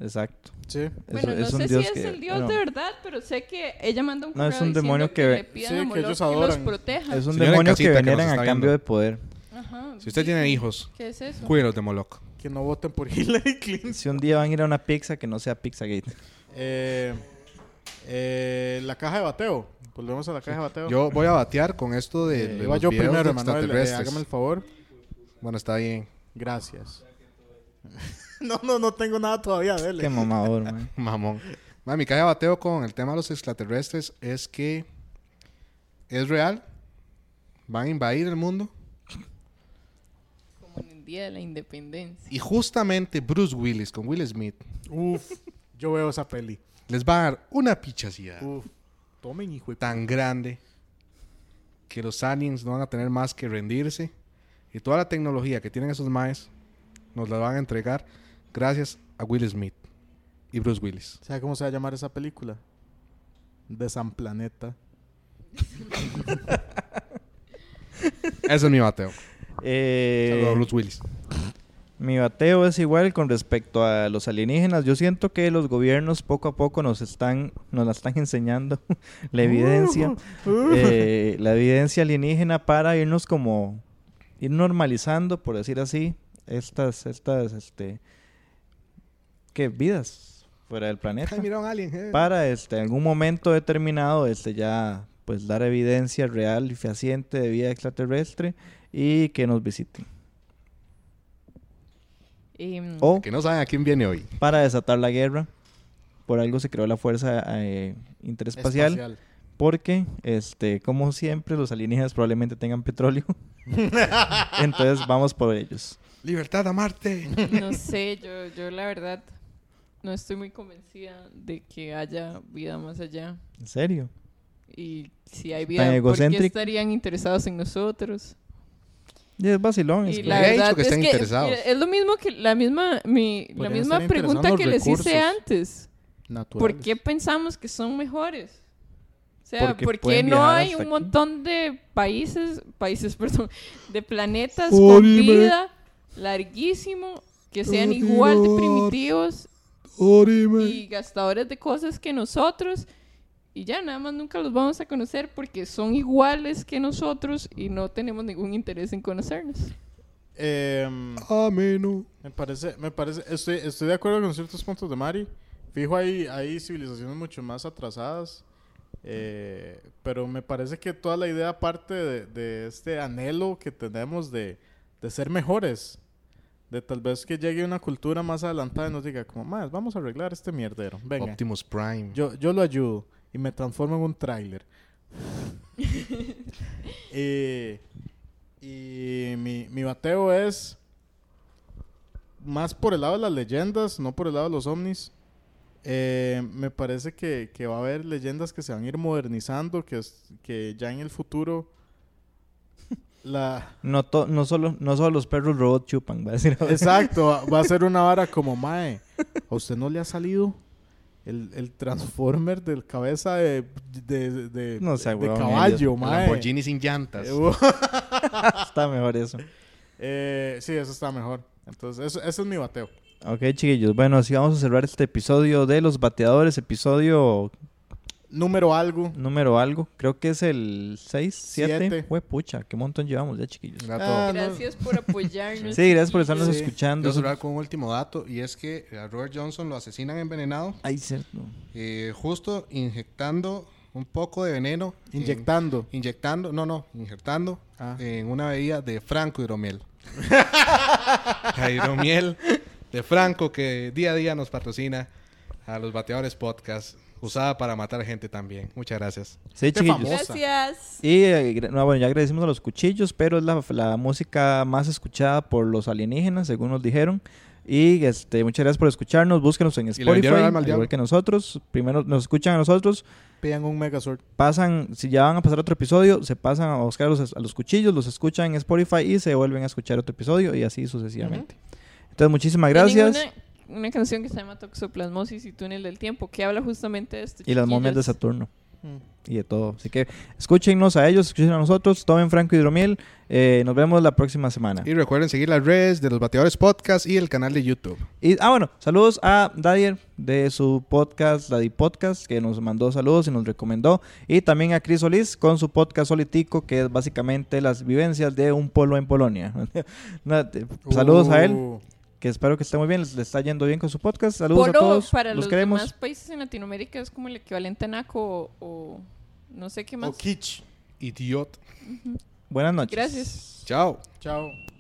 Speaker 1: Exacto.
Speaker 4: Sí.
Speaker 3: Bueno,
Speaker 1: Eso-
Speaker 3: no
Speaker 1: es un
Speaker 3: sé
Speaker 1: dios
Speaker 3: si
Speaker 1: que-
Speaker 3: es el dios
Speaker 1: no.
Speaker 3: de verdad, pero sé que ella manda un
Speaker 1: No,
Speaker 3: correo
Speaker 1: es un
Speaker 3: diciendo
Speaker 1: demonio que-
Speaker 3: le pidan
Speaker 4: Sí,
Speaker 3: a
Speaker 4: que
Speaker 3: Moloch
Speaker 4: ellos
Speaker 3: que los
Speaker 4: adoran.
Speaker 3: proteja.
Speaker 1: Es un
Speaker 2: Señora en
Speaker 1: demonio que
Speaker 2: casita que nos
Speaker 1: veneran
Speaker 2: está
Speaker 1: a cambio
Speaker 2: viendo.
Speaker 1: de
Speaker 3: [LAUGHS]
Speaker 1: poder.
Speaker 3: Ajá,
Speaker 2: Si usted
Speaker 3: sí.
Speaker 2: tiene hijos,
Speaker 3: ¿Qué es eso?
Speaker 2: cuídenlos de Moloch.
Speaker 4: Que no voten por [LAUGHS] Hillary Clinton.
Speaker 1: Si un día van a ir a una pizza que no sea
Speaker 3: [LAUGHS]
Speaker 1: Pizzagate.
Speaker 4: Eh, eh, la caja de bateo. Volvemos a la caja de bateo.
Speaker 2: Yo voy a batear con esto de,
Speaker 4: Eh,
Speaker 2: de
Speaker 4: iba
Speaker 2: los
Speaker 4: yo
Speaker 2: videos de
Speaker 4: primero, Emanuel. eh,
Speaker 2: extraterrestres.
Speaker 4: hágame el favor.
Speaker 2: Bueno, está bien.
Speaker 4: Gracias. [LAUGHS] no, no, no tengo nada todavía, dele.
Speaker 1: Qué mamador, man.
Speaker 2: [LAUGHS] Mamón. Ma, mi caja de bateo con el tema de los extraterrestres es que es real. Van a invadir el mundo.
Speaker 3: Como en el Día de la Independencia.
Speaker 2: Y justamente Bruce Willis con Will Smith
Speaker 4: Uf, yo veo esa peli.
Speaker 2: les va a dar una pichacía
Speaker 4: Uf. Tomen, hijo de...
Speaker 2: tan grande que los aliens no van a tener más que rendirse. Y toda la tecnología que tienen esos maes nos la van a entregar gracias a Will Smith y Bruce [LAUGHS] Willis.
Speaker 4: ¿Sabe cómo se va a llamar esa película? De San Planeta.
Speaker 2: Ese es mi bateo.
Speaker 1: Eh,
Speaker 2: Eh. Saludos a Bruce Willis.
Speaker 1: Mi bateo es igual con respecto a los alienígenas. Yo siento que los gobiernos poco a poco nos están, nos la están enseñando [LAUGHS] la evidencia,
Speaker 4: Uh,
Speaker 3: Uh.
Speaker 1: eh, [LAUGHS] la evidencia alienígena para irnos como ir normalizando, por decir así, estas, estas, este, qué vidas fuera del planeta.
Speaker 2: Ay, mira un alien. eh.
Speaker 1: Para este, en algún momento determinado, este, ya pues dar evidencia real y fehaciente de vida extraterrestre y que nos visiten.
Speaker 3: Em,
Speaker 1: O
Speaker 2: Que no saben a quién viene hoy.
Speaker 1: para desatar la guerra. Por algo se creó la Fuerza eh, Interespacial. Porque, este, como siempre, los alienígenas probablemente tengan petróleo. [LAUGHS] Entonces vamos por ellos.
Speaker 2: Libertad a Marte.
Speaker 3: No sé, yo, yo la verdad no estoy muy convencida de que haya vida más allá.
Speaker 1: ¿En serio?
Speaker 3: Y si hay
Speaker 1: Tan
Speaker 3: vida, ¿por qué
Speaker 1: egocéntrico.
Speaker 3: estarían interesados en nosotros?
Speaker 1: Y es vacilón. es
Speaker 3: Y
Speaker 1: que-
Speaker 3: la
Speaker 2: Ya he dicho
Speaker 3: verdad
Speaker 2: que
Speaker 3: es
Speaker 2: están
Speaker 3: que
Speaker 2: interesados.
Speaker 3: mira, es lo mismo que la misma, mi, la
Speaker 4: Podrían
Speaker 3: misma
Speaker 4: estar
Speaker 3: pregunta
Speaker 4: interesados
Speaker 3: que
Speaker 4: los
Speaker 3: les hice
Speaker 4: recursos.
Speaker 3: antes. ¿Por qué pensamos que son mejores? O sea,
Speaker 1: Porque
Speaker 3: ¿por qué
Speaker 1: pueden
Speaker 3: no
Speaker 1: viajar
Speaker 3: hay
Speaker 1: hasta
Speaker 3: un
Speaker 1: aquí.
Speaker 3: montón de países, países, [LAUGHS] perdón, de planetas
Speaker 2: Joder,
Speaker 3: con vida larguísimo que sean igual de
Speaker 2: Joder.
Speaker 3: primitivos
Speaker 2: Orime.
Speaker 3: y gastadores de cosas que nosotros y ya nada más nunca los vamos a conocer porque son iguales que nosotros y no tenemos ningún interés en conocernos.
Speaker 4: Em,
Speaker 2: Ameno.
Speaker 4: Me parece, me parece, estoy, estoy de acuerdo con ciertos puntos de Mari. Fijo, hay, hay civilizaciones mucho más atrasadas, eh, pero me parece que toda la idea parte de, de este anhelo que tenemos de, de ser mejores, de tal vez que llegue una cultura más adelantada y nos diga, como, más, vamos a arreglar este mierdero, venga,
Speaker 2: Optimus Prime.
Speaker 4: yo, yo lo ayudo y me transformo en un tráiler. Eh, y mi, mi bateo es más por el lado de las leyendas, no por el lado de los ovnis. Eh, me parece que, que va a haber leyendas que se van a ir modernizando, que, es- que ya en el futuro la...
Speaker 1: No, to- no, solo, no solo los perros robot chupan, va a decir. [LAUGHS] ahora.
Speaker 4: Exacto, va- va a ser una vara como Mae. ¿A usted no le ha salido el, el Transformer del cabeza de, de, de-
Speaker 1: No sea
Speaker 4: de
Speaker 1: huevón,
Speaker 4: caballo,
Speaker 2: El
Speaker 4: Mae?
Speaker 2: Lamborghini sin llantas.
Speaker 4: Eh, uh,
Speaker 1: Está mejor eso.
Speaker 4: eh, sí, eso está mejor. Entonces, eso, eso es mi bateo.
Speaker 1: Ok, chiquillos. Bueno, así vamos a cerrar este episodio de los bateadores. Episodio
Speaker 4: Número algo.
Speaker 1: número algo. Creo que es el 6, 7.
Speaker 4: Siete.
Speaker 1: Fue pucha, qué montón llevamos ya, chiquillos.
Speaker 2: Era todo.
Speaker 4: Ah, no.
Speaker 3: Gracias
Speaker 4: [LAUGHS]
Speaker 3: por apoyarnos.
Speaker 1: Sí, gracias por estarnos
Speaker 3: chiquillos.
Speaker 2: Sí.
Speaker 1: escuchando.
Speaker 2: Quiero cerrar con un último dato y es que a Robert Johnson lo asesinan envenenado,
Speaker 1: Ay, cierto.
Speaker 2: eh, justo inyectando un poco de veneno. en-
Speaker 4: Inyectando.
Speaker 2: inyectando, no, no, injertando
Speaker 4: Ah.
Speaker 2: en una bebida de Franco
Speaker 4: [LAUGHS]
Speaker 2: Hidromiel. La hidromiel de Franco que día a día nos patrocina a los bateadores podcast, usada para matar gente también. Muchas gracias.
Speaker 1: Sí,
Speaker 4: Qué
Speaker 1: chiquillos.
Speaker 4: famoso.
Speaker 3: Gracias.
Speaker 1: Y eh, gra- no, bueno, ya agradecimos a los cuchillos, pero es la, la música más escuchada por los alienígenas, según nos dijeron. Y este, muchas gracias por escucharnos. Búsquenos en
Speaker 2: le vendieron
Speaker 1: Spotify,
Speaker 2: el alma
Speaker 1: al igual
Speaker 2: al diablo.
Speaker 1: que nosotros. Primero nos escuchan a nosotros,
Speaker 4: Pidan un Megazord.
Speaker 1: pasan, si ya van a pasar otro episodio, se pasan a buscar los, a los cuchillos, los escuchan en Spotify y se vuelven a escuchar otro episodio y así sucesivamente. Entonces, muchísimas gracias.
Speaker 3: Tienen Una, una canción que se llama Toxoplasmosis y Túnel del Tiempo que habla justamente de esto.
Speaker 1: Y las momias de
Speaker 3: chiquillos.
Speaker 1: Saturno. Y de todo. Así que escúchenos a ellos, escuchen a nosotros. Tomen Franco Hidromiel. Eh, nos vemos la próxima semana.
Speaker 2: Y recuerden seguir las redes de los bateadores podcast y el canal de YouTube.
Speaker 1: Y, ah, bueno, saludos a Dadier de su podcast, Daddy Podcast, que nos mandó saludos y nos recomendó. Y también a Cris Solís con su podcast Solitico, que es básicamente las vivencias de un polo en Polonia. [LAUGHS] No, te- saludos a él,
Speaker 4: Uh,
Speaker 1: que espero que esté muy bien, les- le está yendo bien con su podcast. Saludos
Speaker 3: Polo
Speaker 1: a todos,
Speaker 3: para
Speaker 1: los
Speaker 3: los,
Speaker 1: queremos.
Speaker 3: demás países en Latinoamérica es como el equivalente a Naco o, o no sé qué
Speaker 4: O
Speaker 3: más.
Speaker 4: Kitsch.
Speaker 2: Idiot.
Speaker 1: Buenas noches.
Speaker 3: Gracias.
Speaker 2: Chao.
Speaker 4: Chao.